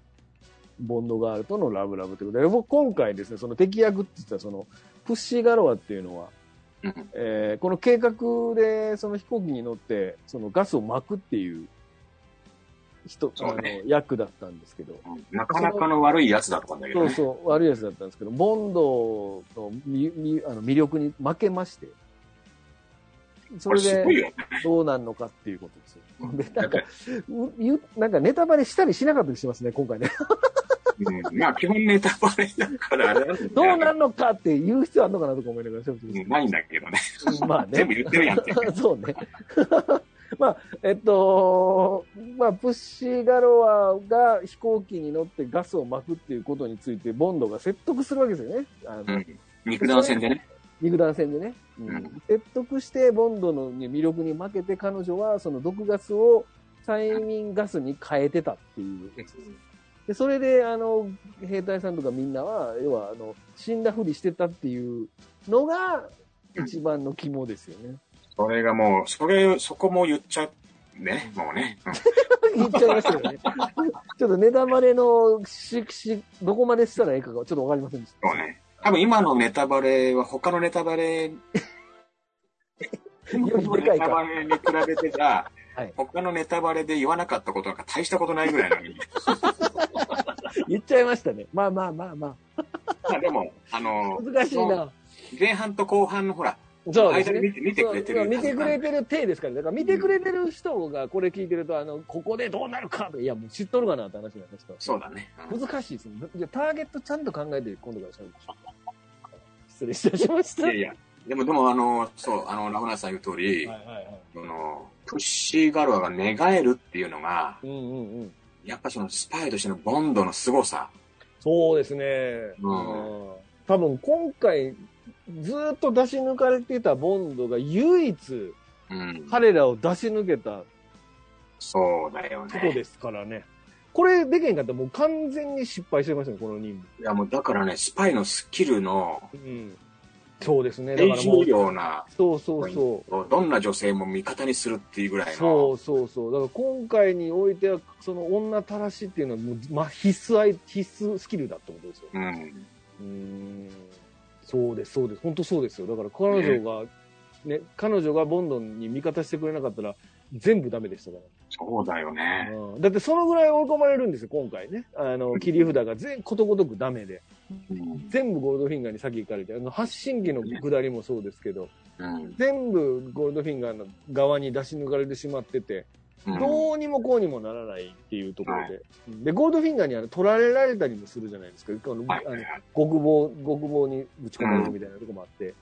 S1: ボンドガールとのラブラブということで、僕今回ですね、その敵役って言ったら、その、プッシーガロアっていうのは、
S2: うん
S1: えーこの計画で、その飛行機に乗って、そのガスを巻くっていう人、あ
S2: そう
S1: の
S2: ね、
S1: 役だったんですけど、
S2: うんなかなかの悪いやつだったんだけど
S1: そう
S2: ね。
S1: そう、悪いやつだったんですけど、ボンドのみみあの魅力に負けまして、そ
S2: これ
S1: れ
S2: すごい
S1: で
S2: よ。
S1: どうなるのかっていうことですよ。で、なんか、う言うなんかネタバレしたりしなかったりしますね、今回ね。
S2: うんまあ、基本ネタバレだからあれなんだけ
S1: どうなるのかって言う必要あるのかなとか思いながら喋ってま
S2: うんないんだけどね。
S1: した、まあね (laughs)
S2: 全部。言ってるやんって。
S1: そうね。まあ、えっと、まあ、プッシーガロアが飛行機に乗ってガスを巻くっていうことについて、ボンドが説得するわけですよね。あ
S2: う
S1: の
S2: ん肉弾戦でね。
S1: 肉弾戦でね、う
S2: うんん、
S1: 説得してボンドの魅力に負けて彼女はその毒ガスを催眠ガスに変えてたっていうでそれであの兵隊さんとかみんなは要はあの死んだふりしてたっていうのが一番の肝ですよね、
S2: それがもう、それ、そこも言っちゃうね、もうね。うん
S1: 言っちゃいましたよねちょっとネタバレのししどこまでしたらいいかがちょっとわかりませんでした
S2: そうね。多分今のネタバレは他のネタバレ、よ
S1: よりでかい
S2: ネタ
S1: か
S2: バレに比べてじゃ、
S1: はい
S2: 他のネタバレで言わなかったことなんか大したことないぐらいなのに。 (laughs)
S1: 言っちゃいましたねまあまあまあま
S2: まあでも、あの
S1: あ、難しい
S2: その
S1: な
S2: 前半と後半のほら、
S1: そうです
S2: 間に
S1: ね
S2: 見て見てくれて
S1: そう
S2: る。
S1: 見てくれてる体ですから、だから見てくれてる人がこれ聞いてると、あの、ここでどうなるかといや、もう知っとるかなって話になりました。
S2: そうだね。うん
S1: 難しいですね。じゃあターゲットちゃんと考えて、今度から喋りましょう。失礼いたしました。
S2: いやいや、でも、でも、あの、そう、あの、ラフナーさん言う通り、
S1: はいはいはい。
S2: その、プッシーガロアが寝返るっていうのが、
S1: うんうんうん。
S2: やっぱそのスパイとしてのボンドの凄さ。
S1: そうですね。
S2: うん
S1: 多分今回、ずっと出し抜かれてたボンドが唯一
S2: うん。
S1: 彼らを出し抜けた
S2: そうだよ
S1: とこ
S2: ね。
S1: ですからね。これできへんかったらもう完全に失敗してましたね、この任
S2: いや、もうだからね、スパイのスキルの
S1: 務。うん。そうですね。だ
S2: 練
S1: から
S2: 習
S1: もう、
S2: 量な、
S1: そうそうそ
S2: どんな女性も味方にするっていうぐら
S1: う。
S2: い
S1: そ
S2: の、
S1: うそうそう。だから今回においては、その女たらしっていうのはもう、まあ、必須アイ、必須スキルだってことですよ。
S2: うん。
S1: うーん。そうです、そうです。本当そうですよ。だから彼女が、ね、彼女がボンドンに味方してくれなかったら、全部ダメでしたか
S2: そうだよ
S1: ら、
S2: ね。
S1: うんだってそのぐらい追い込まれるんですよ、今回ね。あの、切り札が全、ことごとくダメで。
S2: うん。
S1: 全部ゴールドフィンガーに先行かれて、あの、発信機の下りもそうですけど、
S2: うん。
S1: 全部ゴールドフィンガーの側に出し抜かれてしまってて、
S2: うん
S1: どうにもこうにもならないっていうところで。で、ゴールドフィンガーにあの取られられたりもするじゃないですか。あの
S2: はい
S1: あの極防、極防にぶち込まれるみたいなとこもあって。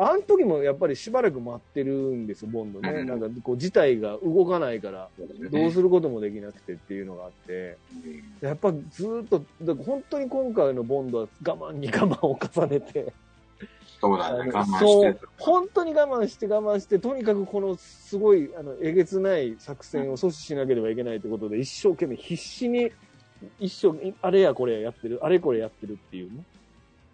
S1: あの時もやっぱりしばらく待ってるんですよ、ボンドね。
S2: うん
S1: なんかこう事態が動かないから、どうすることもできなくてっていうのがあって。やっぱずーっと、だから本当に今回のボンドは我慢に我慢を重ねて。
S2: そう
S1: あ
S2: だね。
S1: の
S2: 我慢
S1: そ
S2: し
S1: う
S2: てる。
S1: 本当に我慢して我慢して、とにかくこのすごい、あの、えげつない作戦を阻止しなければいけないということで、一生懸命必死に、一生、あれやこれやってる、あれこれやってるっていうね。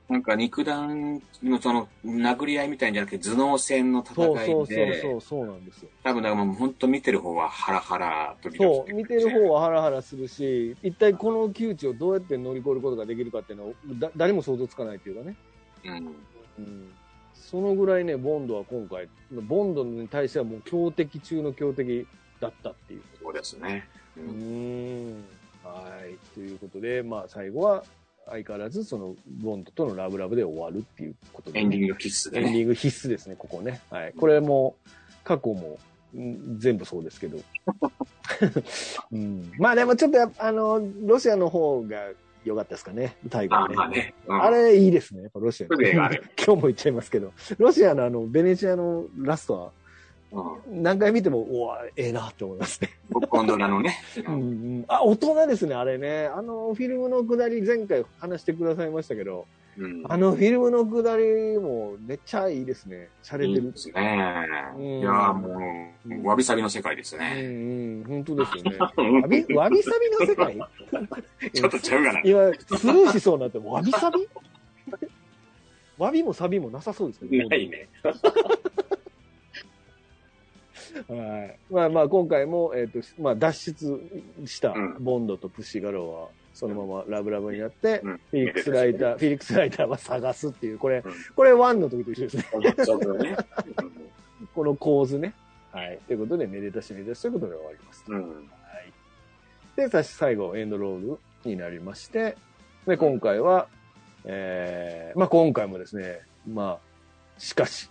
S2: なんか肉弾のその殴り合いみたいんじゃなくて頭脳戦の戦
S1: そうそそ
S2: いう
S1: うそ
S2: で、
S1: う、そうなんですよ。
S2: 多分だからもう本当見てる方はハラハラドキドキ
S1: そう、見てる方はハラハラするし、一体この窮地をどうやって乗り越えることができるかっていうのを、だ誰も想像つかないっていうかね。
S2: うん。
S1: うん。そのぐらいね、ボンドは今回、ボンドに対してはもう強敵中の強敵だったっていう。
S2: そうですね。う
S1: うー
S2: ん
S1: んはい。ということで、まあ、最後は、相変わらず、その、ボンドとのラブラブで終わるっていうことで、
S2: エンディングキッス
S1: エ
S2: で
S1: ンディング。
S2: ね。
S1: 必須ですね、ここね。はい。これも、過去も、ん全部そうですけど。 (laughs) うん、まあ、でもちょっとやっぱ、あの、ロシアの方が良かったですかね、大
S2: あ
S1: 河
S2: あ、まあ
S1: ね。
S2: ね。うん
S1: あれ、いいですね。やっぱロシア。
S2: 風情がある
S1: (laughs) 今日も言っちゃいますけど、ロシアのあの、ベネチアのラストは、
S2: うん
S1: 何回見ても、うわええなって思いますね。
S2: ゴンドラのね。
S1: うんうん、あ、大人ですね、あれね。あのフィルムのくだり、前回話してくださいましたけど、
S2: うん
S1: あのフィルムのくだりもめっちゃいいですね。洒落
S2: い
S1: て
S2: い
S1: る
S2: で。すね
S1: うん。
S2: いやーもう、わびさびの世界ですね。
S1: うんうん、本当ですよね。
S2: うん
S1: わび、わびさびの世界
S2: (laughs) ちょっとちゃうかな。
S1: 今、スルーしそうになって、わびさびわびもさびもなさそうですね。
S2: ないね。
S1: はい。まあまあ、今回も、えっ、と、まあ、脱出した
S2: うん
S1: ボンドとプッシーガローは、そのままラブラブになって、
S2: うん
S1: フィリックスライター、フィリックスライターは探すっていう、これ、
S2: うん
S1: これワンの時と一緒ですね。
S2: ちょっとね。
S1: この構図ね。はい。ということで、めでたしめでたしということで終わります。
S2: うん。
S1: で、さし最後、エンドロールになりまして、で、今回は、えー、まあ今回もですね、まあ、しかし、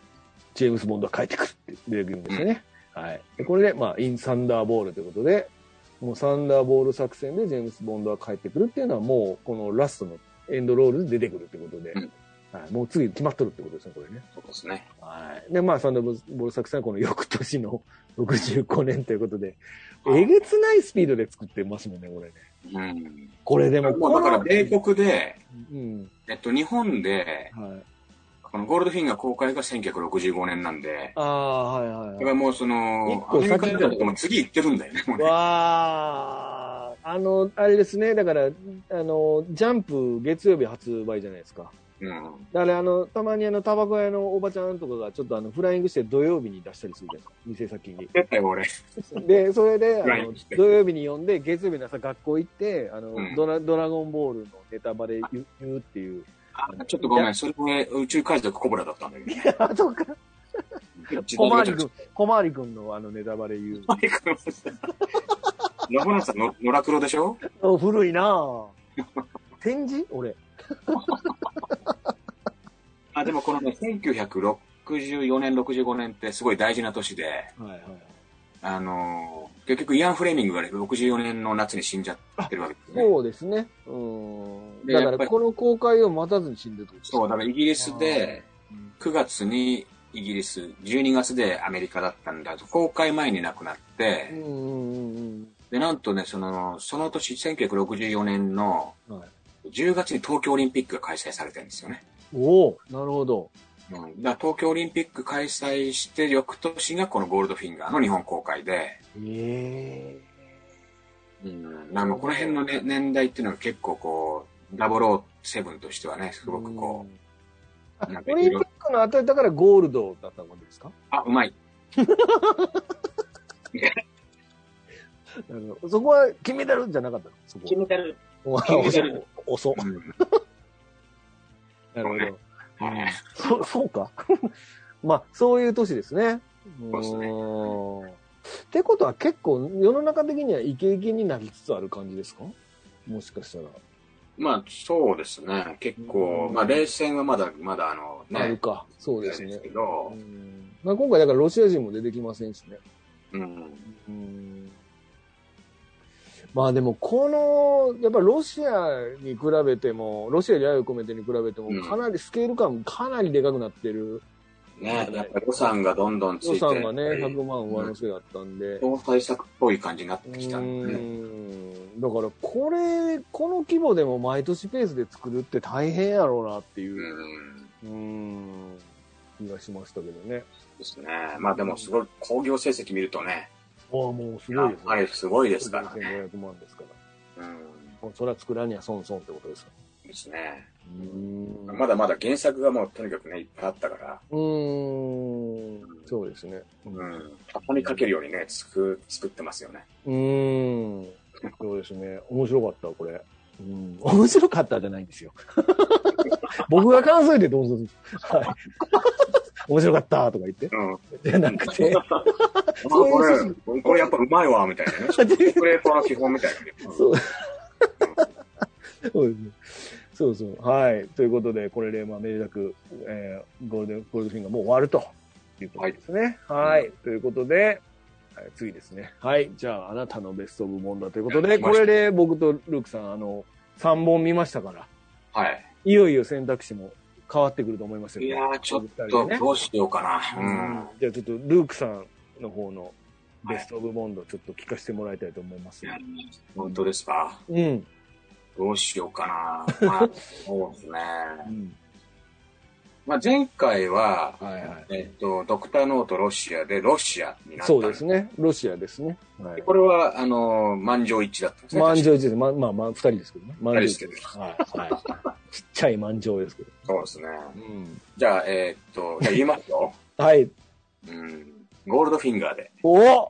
S1: ジェームス・ボンドは帰ってくるって出てくるんですよね。はい。で、これで、まあ、イン・サンダーボールということで、もうサンダーボール作戦でジェームス・ボンドは帰ってくるっていうのはもう、このラストのエンドロールで出てくるってことで、
S2: うん
S1: はい、もう次決まっとるってことですね、これね。
S2: そうですね。
S1: はい。で、まあ、サンドボル作さんはこの翌年 (laughs) の65年ということで、えげつないスピードで作ってますもんね、これね。
S2: うん。
S1: これでも、
S2: もうだから
S1: この
S2: 米国で、
S1: うん。
S2: えっと、日本で、
S1: はい。
S2: このゴールドフィンガー公開が1965年なんで、
S1: ああ、はい
S2: だ
S1: はい
S2: から
S1: は
S2: もうその
S1: 一、
S2: ア
S1: 個
S2: メ
S1: 先
S2: リカでだともう次行ってるんだよね、もう
S1: い。
S2: ね。
S1: わあ、あの、あれですね、だから、あの、ジャンプ月曜日発売じゃないですか。
S2: うん。
S1: だからあの、たまにあの、タバコ屋のおばちゃんとかが、ちょっとあの、フライングして土曜日に出したりするじゃないですか、店先に。
S2: 絶対俺。
S1: で、それで、あ
S2: フライン
S1: の
S2: グして
S1: 土曜日に呼んで、月曜日の朝学校行って、あの、
S2: うん
S1: ドラドラゴンボールのネタバレ言う言うっていう。
S2: あちょっとごめん、それ俺、宇宙海賊コブラだったんだけどね。
S1: あ、そうか。
S2: 自
S1: 小
S2: 動
S1: 回
S2: で
S1: り
S2: (laughs)
S1: 君、小回り君のあのネタバレ言う。
S2: マイクの下ラブナさんの、野良黒でしょ
S1: お古いなぁ。展示俺。
S2: あ、でもこのね、1964年、65年ってすごい大事な年で、
S1: はいはい。
S2: あのー結局イアン・フレーミングがね64年の夏に死んじゃってるわけですね。
S1: そうですね。うん。
S2: で
S1: だか
S2: やっぱ
S1: ら、
S2: り
S1: この公開を待たずに死んでるってことですね
S2: そう、だからイギリスで、
S1: うん
S2: 9月にイギリス、12月でアメリカだったんだと、公開前に亡くなっ
S1: う
S2: て、
S1: んうんうん
S2: で、なんとね、その、その年、1964年の
S1: うん。はい。
S2: 10月に東京オリンピックが開催されてるんですよね。
S1: おおなるほど。
S2: うん、だから東京オリンピック開催して、翌年がこのゴールドフィンガーの日本公開で、
S1: え
S2: うん、なんかこの辺の、ね、年代っていうのが結構こう、007としてはね、
S1: え
S2: すごくこう、
S1: うん
S2: なん
S1: あ
S2: か
S1: オリンピックの後だからゴールドだったわけですか
S2: あ、うまい。
S1: あのそこは金メダルじゃなかったのそこ。
S2: メダル。金メダル
S1: 遅っ。
S2: うん、
S1: なるほど。
S2: はい
S1: (laughs) そそうか。 (laughs) まあ、そういう年ですね。
S2: そうですね
S1: うーんってことは結構世の中的にはイケイケになりつつある感じですかもしかしたら。
S2: まあ、そうですね。結構、
S1: うん
S2: まあ、冷戦はまだ、まだあの、
S1: ある
S2: ね、
S1: か。そうですね。
S2: け
S1: う
S2: ど、
S1: んまあ、今回だからロシア人も出てきませんしね。
S2: うん。
S1: うんまあでもこの、やっぱロシアに比べても、ロシアに愛を込めてに比べても
S2: うん、
S1: かなりスケール感かなりでかくなってる。
S2: ね、やっぱり予算がどんどんつい
S1: 予
S2: て、
S1: 算がね、
S2: やっぱ
S1: 100
S2: り
S1: 万上乗せだったんで。
S2: 総対策っぽい感じになっ
S1: う
S2: てきたんで、ね、
S1: ーんだからこれ、この規模でも毎年ペースで作るって大変やろうなっていうう、
S2: ん。
S1: うーん、気がしましたけどね。
S2: ですね。まあでもすごい興行成績見るとね、
S1: ああ、もうす
S2: や
S1: ご
S2: っ
S1: いです
S2: ぱりすごいですからね。
S1: 1500万ですから。
S2: うん。
S1: もうそれは作らには損損ってことですか。
S2: ですね。
S1: うーん
S2: まだまだ原作がもうとにかくね、いっぱいあったから、
S1: うーん、そうですね。
S2: うん。箱にかけるようにね、作、作ってますよね。
S1: うーん、そうですね。面白かった、これ。うん、面白かったじゃないんですよ。 (laughs) 僕が感想言ってどうぞ。はい。面白かったとか言って。
S2: うん。
S1: じゃなく (laughs) て。
S2: こ
S1: そういう趣旨
S2: れ、これやっぱうまいわ、みたい
S1: (laughs)
S2: なね。ストレートの基本みたいなね。
S1: そう。 (laughs) そうですね。そうそう。はい。ということで、これで、まあ、めでたく、えーゴールデン、ゴールドフィンがもう終わるということですね。はい。ということで、はい次ですね。はい。じゃあ、あなたのベストオブモンダーということ
S2: は
S1: で、
S2: い
S1: これで僕とルークさん、あの、3本見ましたから、
S2: はい。
S1: いよいよ選択肢も変わってくると思いますよ、
S2: いやー、ちょっ
S1: お二人
S2: と
S1: でね
S2: どうしようかな。
S1: う
S2: うん
S1: ん。じゃあ、ちょっとルークさんの方のベストオブモンダー、ちょっと聞かせてもらいたいと思います。
S2: 本当ですか。
S1: うん。
S2: どうしようか
S1: (laughs)
S2: な。まあ、そうですね。
S1: うん。
S2: まあ前回は、
S1: はいはい。
S2: えっと、ドクターノートロシアでロシアになった。
S1: そうです。ね。ロシアですね。はい。
S2: これは、あの、満場一致だったんですね。
S1: 満場一致です。ま、まあ、まあ、二人ですけどね。満場一致
S2: 二人で
S1: です。はい。はい。ちっちゃい満場ですけど。
S2: そうですね。
S1: うん。
S2: じゃあ、えっと、じゃあ言いますよ。
S1: はい。
S2: うん。ゴールドフィンガーで。
S1: お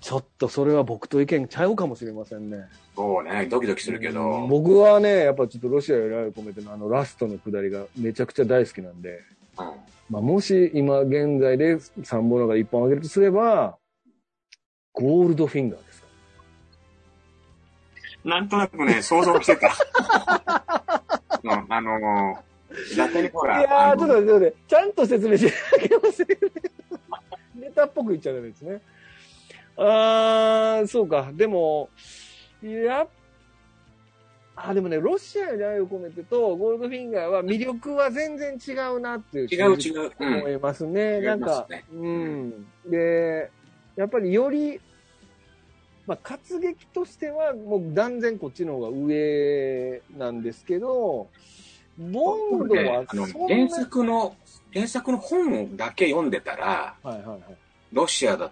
S1: ちょっとそれは僕と意見ちゃうかもしれませんね。
S2: そうね、ドキドキするけ
S1: うん
S2: ど。
S1: 僕はね、やっぱちょっとロシアより愛を込めてのあのラストのくだりがめちゃくちゃ大好きなんで、
S2: うん
S1: まあ、もし今現在で3本の中で1本あげるとすれば、ゴールドフィンガーですか。
S2: なんとなくね、想像してた。 (laughs) うんあの、伊達にほら、
S1: いや
S2: あ
S1: ー、ちょ
S2: の
S1: っと待って、ちょっと待ってちゃんと説明しなきゃいけませんね。ネタっぽく言っちゃダメですね。あー、そうか。でも、やっあ、でもね、ロシアより愛を込めてと、ゴールドフィンガーは魅力は全然違うなっていう。
S2: 違う違う。うん
S1: 思。いますね。
S2: うん
S1: なんか、
S2: 思いますね
S1: うん。で、やっぱりより、まあ、活劇としては、もう断然こっちの方が上なんですけど、ボンドは
S2: あ
S1: そんな
S2: の、原作の、原作の本をだけ読んでたら、
S1: はいはいはい。
S2: ロシアだ、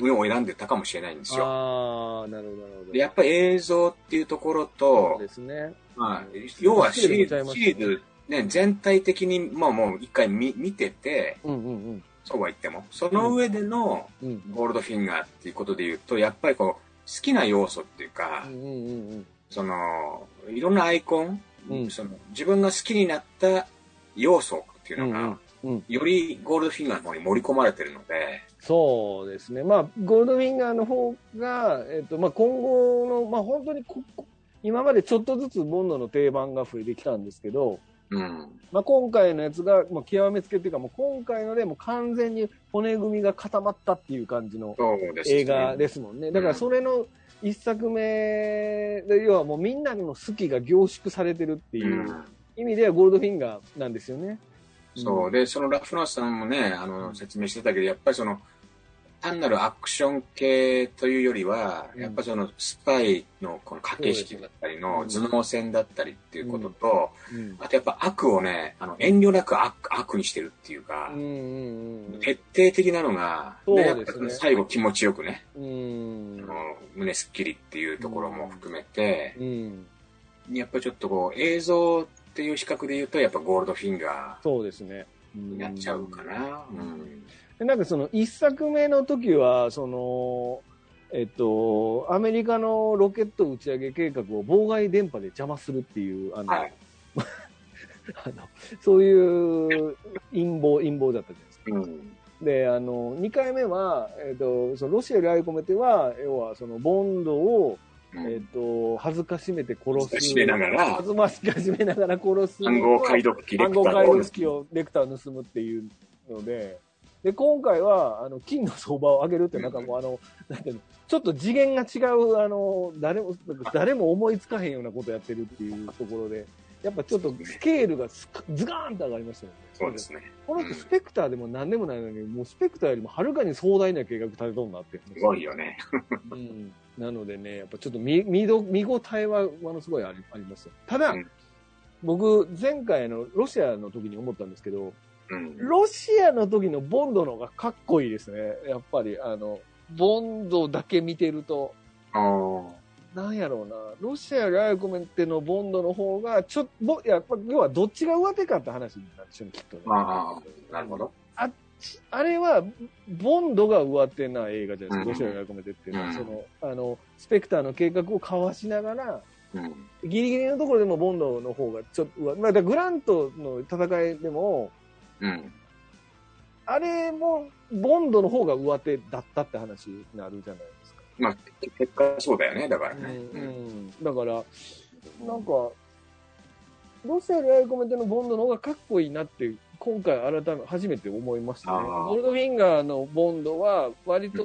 S2: を選んでたかもしれないんですよ。
S1: ああ、なるほど、なるほ
S2: で
S1: ど。
S2: やっぱり映像っていうところ
S1: そうで
S2: と、
S1: すね。
S2: まあ、要はシ
S1: シリー
S2: リ
S1: ズ見ちゃい
S2: ー
S1: ま
S2: ズ、
S1: す
S2: シ
S1: ね
S2: リーズ、ね、全体的に、まあもう一回見見てて、
S1: うんうん
S2: そうは言っても、その上での
S1: うん。うん。
S2: ゴールドフィンガーっていうことで言うと、やっぱりこう、好きな要素っていうか、
S1: うんうんうんうん。
S2: その、いろんなアイコン、
S1: うん
S2: その自分が好きになった要素っていうのが、
S1: うんうんうん
S2: よりゴールドフィンガーの方に盛り込まれてるので、
S1: そうですね。まあ、ゴールドウィンガーの方が、えっと、まあ、今後の、まあ、本当にこ、こ今までちょっとずつボンドの定番が増えてきたんですけど、
S2: うん。
S1: まあ、今回のやつが、もう極めつけっていうか、もう今回のでもう完全に骨組みが固まったっていう感じの
S2: そうです、。
S1: 映画ですすもんね。だからそれの一作目で、要はもうみんなの好きが凝縮されてるって
S2: う。
S1: いうん意味ではゴールドフィンガーなんですよね。
S2: そう。で、そのラフナーさんもね、あの、説明してたけど、やっぱりその、単なるアクション系というよりは、
S1: うん
S2: やっぱそのスパイのこの駆け引きだったりの
S1: そうですね
S2: 頭脳戦だったりっていうことと、
S1: うん。
S2: あとやっぱ悪をね、あの遠慮なく悪悪にしてるっていうか、
S1: うんうんうん
S2: 徹底的なのが、
S1: そう
S2: で
S1: です
S2: や
S1: ね
S2: っぱその最後気持ちよくね、
S1: うん。
S2: あの胸すっきりっていうところも含めて、
S1: うん。
S2: やっぱちょっとこう映像っていう比較で言うと、やっぱゴールドフィンガ
S1: そうですね。
S2: ーになっちゃうかな。うん
S1: でなんかその一作目の時は、その、えっと、アメリカのロケット打ち上げ計画を妨害電波で邪魔するっていう、あの、
S2: はい
S1: (laughs) あのそういう陰謀、陰謀だったじゃないですか。
S2: うん
S1: で、あの、2回目は、えっと、そのロシアより愛を込めては、要はそのボンドを、
S2: うん
S1: えっと、恥ずかしめて殺す。
S2: 恥ずかしめながら
S1: 恥ずかしめながら殺す。
S2: 暗号解読機で
S1: 暗号解読機をレクターを盗むっていうので、で、今回は、あの、金の相場を上げるって、なんかもう、あの、なんていうの、ちょっと次元が違う、あの、誰も、なんか誰も思いつかへんようなことやってるっていうところで、やっぱちょっとスケールがスカズガーンと上がりましたよね。
S2: そうですね。
S1: この人スペクターでも何でもないのに、もうスペクターよりもはるかに壮大な計画立てとんなって。
S2: すごいよね。
S1: うんなのでね、やっぱちょっと見見ど見応えはものすごいありありますよ。ただ、
S2: うん
S1: 僕、前回のロシアの時に思ったんですけど、
S2: うん。
S1: ロシアの時のボンドの方がかっこいいですね。やっぱり、あの、ボンドだけ見てると、
S2: あー
S1: なんやろうな、ロシアライコメンテのボンドの方が、ちょっと、やっぱ、要はどっちが上手かって話になるでしょうね、きっとね。
S2: あー、なるほど。
S1: ちあれは、ボンドが上手な映画じゃないですか、
S2: う
S1: ロ
S2: ん
S1: シアが込めてっていうのは、
S2: うん
S1: その、あの、スペクターの計画をかわしながら、
S2: うん。
S1: ギリギリのところでもボンドの方がちょっと上、まあ、だからグラントの戦いでも、
S2: うん。
S1: あれも、ボンドの方が上手だったって話になるじゃないですか。
S2: まあ、結果そうだよね、だからね。
S1: う
S2: うん
S1: ん。だから、なんか、ロシアライコメンテのボンドの方がかっこいいなって、今回改め、初めて思いましたね。
S2: あー
S1: ゴールドフィンガーのボンドは、割と、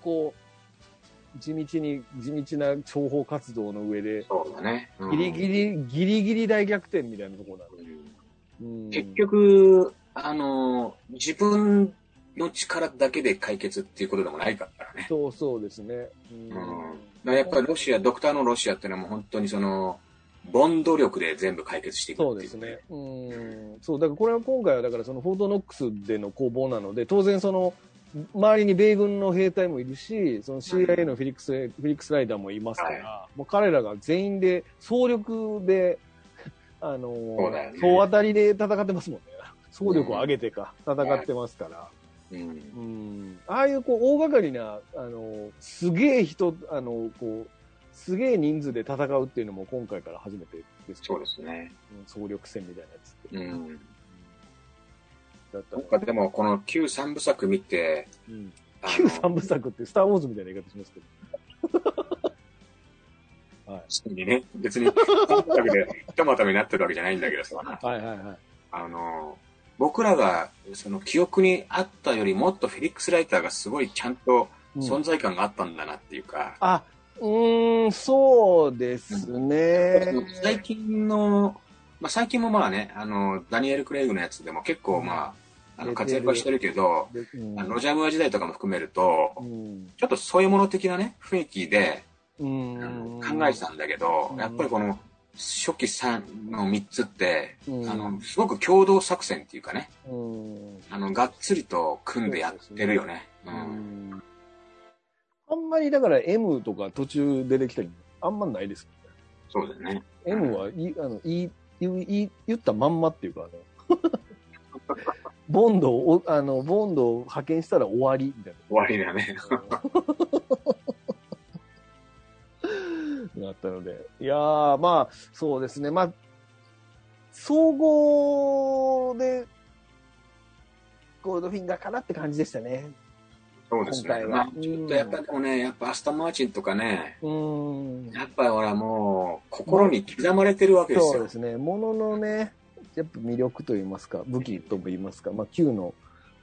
S1: こう、地道に、地道な諜報活動の上で、
S2: そうだね。うん
S1: ギリギリ、ギリギリ大逆転みたいなところなの
S2: うん
S1: うん。
S2: 結局、あの、自分の力だけで解決っていうことでもないからね。
S1: そうそうですね。うん
S2: うん。だからやっぱりロシア、ドクターのロシアっていうのはもう本当にその、ボンド力で全部解決していくってい
S1: そうですね。。うん。そう、だからこれは今回は、だからそのフォートノックスでの攻防なので、当然その、周りに米軍の兵隊もいるし、その CIA のフィリックス、フィリックスライダーもいますから、もう彼らが全員で、総力で、 (laughs) あの
S2: そうだよね
S1: 総当たりで戦ってますもんね。総力を上げてか、戦ってますから。
S2: うん
S1: う。ん。ああいう、こう、大掛かりな、あの、すげえ人、あの、こう、すげえ人数で戦うっていうのも今回から初めてですけど
S2: そうですね。
S1: うん総力戦みたいなやつって。
S2: うん。
S1: だったら
S2: 僕はでもこの旧三部作見て、
S1: うん
S2: あの
S1: 旧三部作って、スター・ウォーズみたいな言い方しますけど。はい。
S2: 別にね、 (laughs) 別に、三部作でひとまとめになってるわけじゃないんだけどさ、
S1: はいはいはい。
S2: あの、僕らが、その記憶にあったよりもっとフェリックス・ライターがすごいちゃんと
S1: うん
S2: 存在感があったんだなっていうか、
S1: あ、うーん、そうですね。
S2: 最近の、まあ、最近もまあね、あの、ダニエル・クレイグのやつでも結構まあ、あの活躍はしてるけど、
S1: うん
S2: あのロジャー・ムーア時代とかも含めると、
S1: うん
S2: ちょっとそういうもの的なね、雰囲気で、あ
S1: うん
S2: の考えてたんだけど
S1: う、ん
S2: やっぱりこの、初期3の3つって、
S1: うん
S2: あの、すごく共同作戦っていうかね、
S1: うん
S2: あの、がっつりと組んでやってるよね。う。
S1: うんんあんまりだから M とか途中出てきたり、あんまないです
S2: そうだよね。
S1: けどね。M はいあのいい言い言ったまんまっていうか、ね、 (laughs) ボンドをおあの、ボンドを派遣したら終わりみたい
S2: 終わりだね。
S1: な。なったので。いやー、まあ、そうですね。まあ、総合で、ゴールドフィンガーかなって感じでしたね。
S2: そうです
S1: 今
S2: ね。
S1: 回は
S2: まあ、ちょっとやっぱでもね、やっぱアスタン・マーチンとかね、
S1: うーん。
S2: やっぱりほらもう、心に刻まれてるわけです
S1: そう
S2: よ
S1: で。すね、もののね、やっぱ魅力といいますか、武器とも言いますか、まあ、Q の、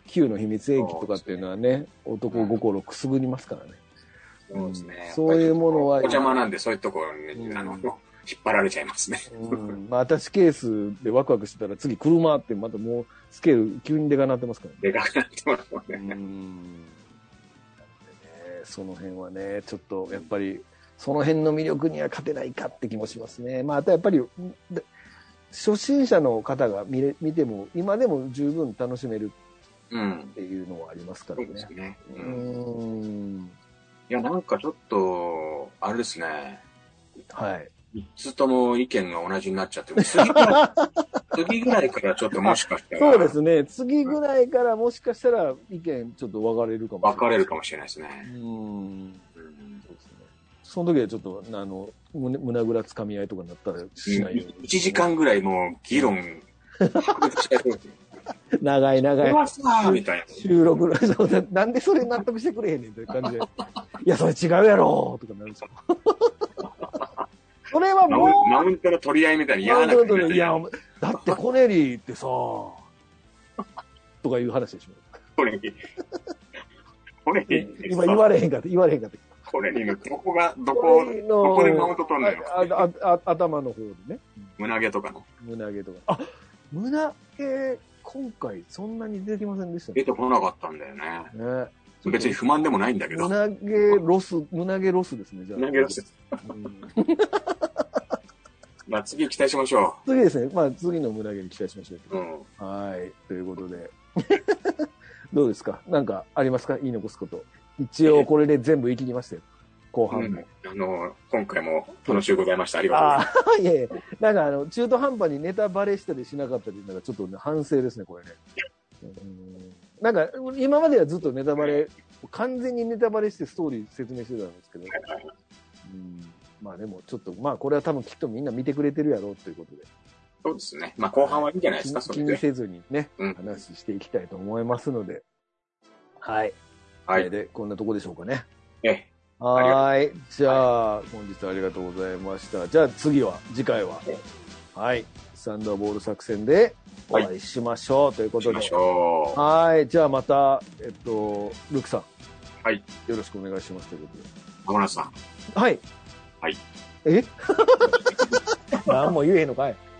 S1: Q の秘密兵器とかっていうのはね、男心くすぐりますからね。
S2: そうですね。
S1: そういうものは
S2: お邪魔なんで、そういうところに、
S1: うん
S2: あの、引っ張られちゃいますね。
S1: うん、まあ、私ケースでワクワクしてたら、次車って、またもう、スケール急にでかなってますからね。
S2: でかくなってもらう
S1: う
S2: ね。
S1: ん。なんでね、その辺はね、ちょっと、やっぱり、その辺の魅力には勝てないかって気もしますね。まあ、あとやっぱり、で初心者の方が見れ見ても、今でも十分楽しめる
S2: うん
S1: っ。ていうのはありますか
S2: そ
S1: ら
S2: うです
S1: ね。
S2: ね。
S1: う
S2: う
S1: ー
S2: ん。
S1: ん。
S2: いや、なんかちょっと、あれですね。
S1: はい。
S2: 三つとも意見が同じになっちゃってる、次ぐ (laughs) らい、次ぐらいからちょっともしかしたら、
S1: そうですね。次ぐらいからもしかしたら意見ちょっと分かれるかもしれない。
S2: 分かれるかもしれないですね。
S1: うーん。
S2: うん
S1: そうですね。その時はちょっと、あの、胸胸ぐらつかみ合いとかになったらしないよう
S2: (laughs)
S1: に。
S2: 1時。間ぐらいもう議論、白熱しち
S1: (laughs)
S2: ゃいそうですね
S1: 長い
S2: こ
S1: 長
S2: れ
S1: い。
S2: はさ、みたい
S1: 収録の、 (laughs) そうだなんでそれ納得してくれへんねんって感じで。いや、それ違うやろとかなるん
S2: (laughs)
S1: ですよ。それは
S2: な。マウン
S1: もう、
S2: マウントの取り合いみたいな嫌な
S1: な
S2: 感じ
S1: いや、お前だってコネリーってさ、とかいう話でしょ。
S2: これに。これに。
S1: 今言われへんかった、言われへんかった。
S2: これに、どこが、ど
S1: こ
S2: こ、
S1: れの
S2: どこでマウント取んのよ。
S1: ああああ頭の方でね、
S2: 胸毛とかの。
S1: 胸毛とか。あ胸毛、今回そんなに出てきませんでしたね
S2: 出。てこなかったんだよね。
S1: ね
S2: 別に不満でもないんだけど。
S1: 胸毛ロス、胸毛ロスですね、じゃあ。
S2: 胸毛ロス。
S1: うん
S2: まあ次期待しましょ
S1: 次ですね、まあ次の胸毛に期待しましょ
S2: う。う
S1: う。
S2: ん。
S1: はい、ということで。 (laughs) どうですかなんかありますか言い残すこと。一応これで全部言い切りましたよ。後半も。
S2: うんあの、今回も楽しゅうございました。ありがとうご
S1: あ
S2: ざいます。
S1: あ、いやいや、なんかあの、中途半端にネタバレしたりしなかったり、なんかちょっとね、反省ですね、これね。うんなんか、今まではずっとネタバレ、完全にネタバレしてストーリー説明してたんですけど、うんまあでもちょっと、まあこれは多分きっとみんな見てくれてるやろうということで、
S2: そうですね。まあ後半はいいんじゃないですか、
S1: 気
S2: そ
S1: に気
S2: れ
S1: に
S2: で。
S1: せずにね、
S2: うん
S1: 話していきたいと思いますので、はい。
S2: は
S1: えー
S2: い。
S1: で、こんなとこでしょうかね。
S2: ええ
S1: はーい。じゃあ、本日はありがとうございました。じゃあ次は、次回は、はい。サンダーボール作戦でお会いしましょう、ということ
S2: し
S1: で
S2: ま。しょう。
S1: はーい。じゃあまた、えっと、ルクさん。
S2: はい。
S1: よろしくお願いしますということで。
S2: 浜村さん。
S1: はい。
S2: はい。
S1: え (laughs) 何も言えへんのかい。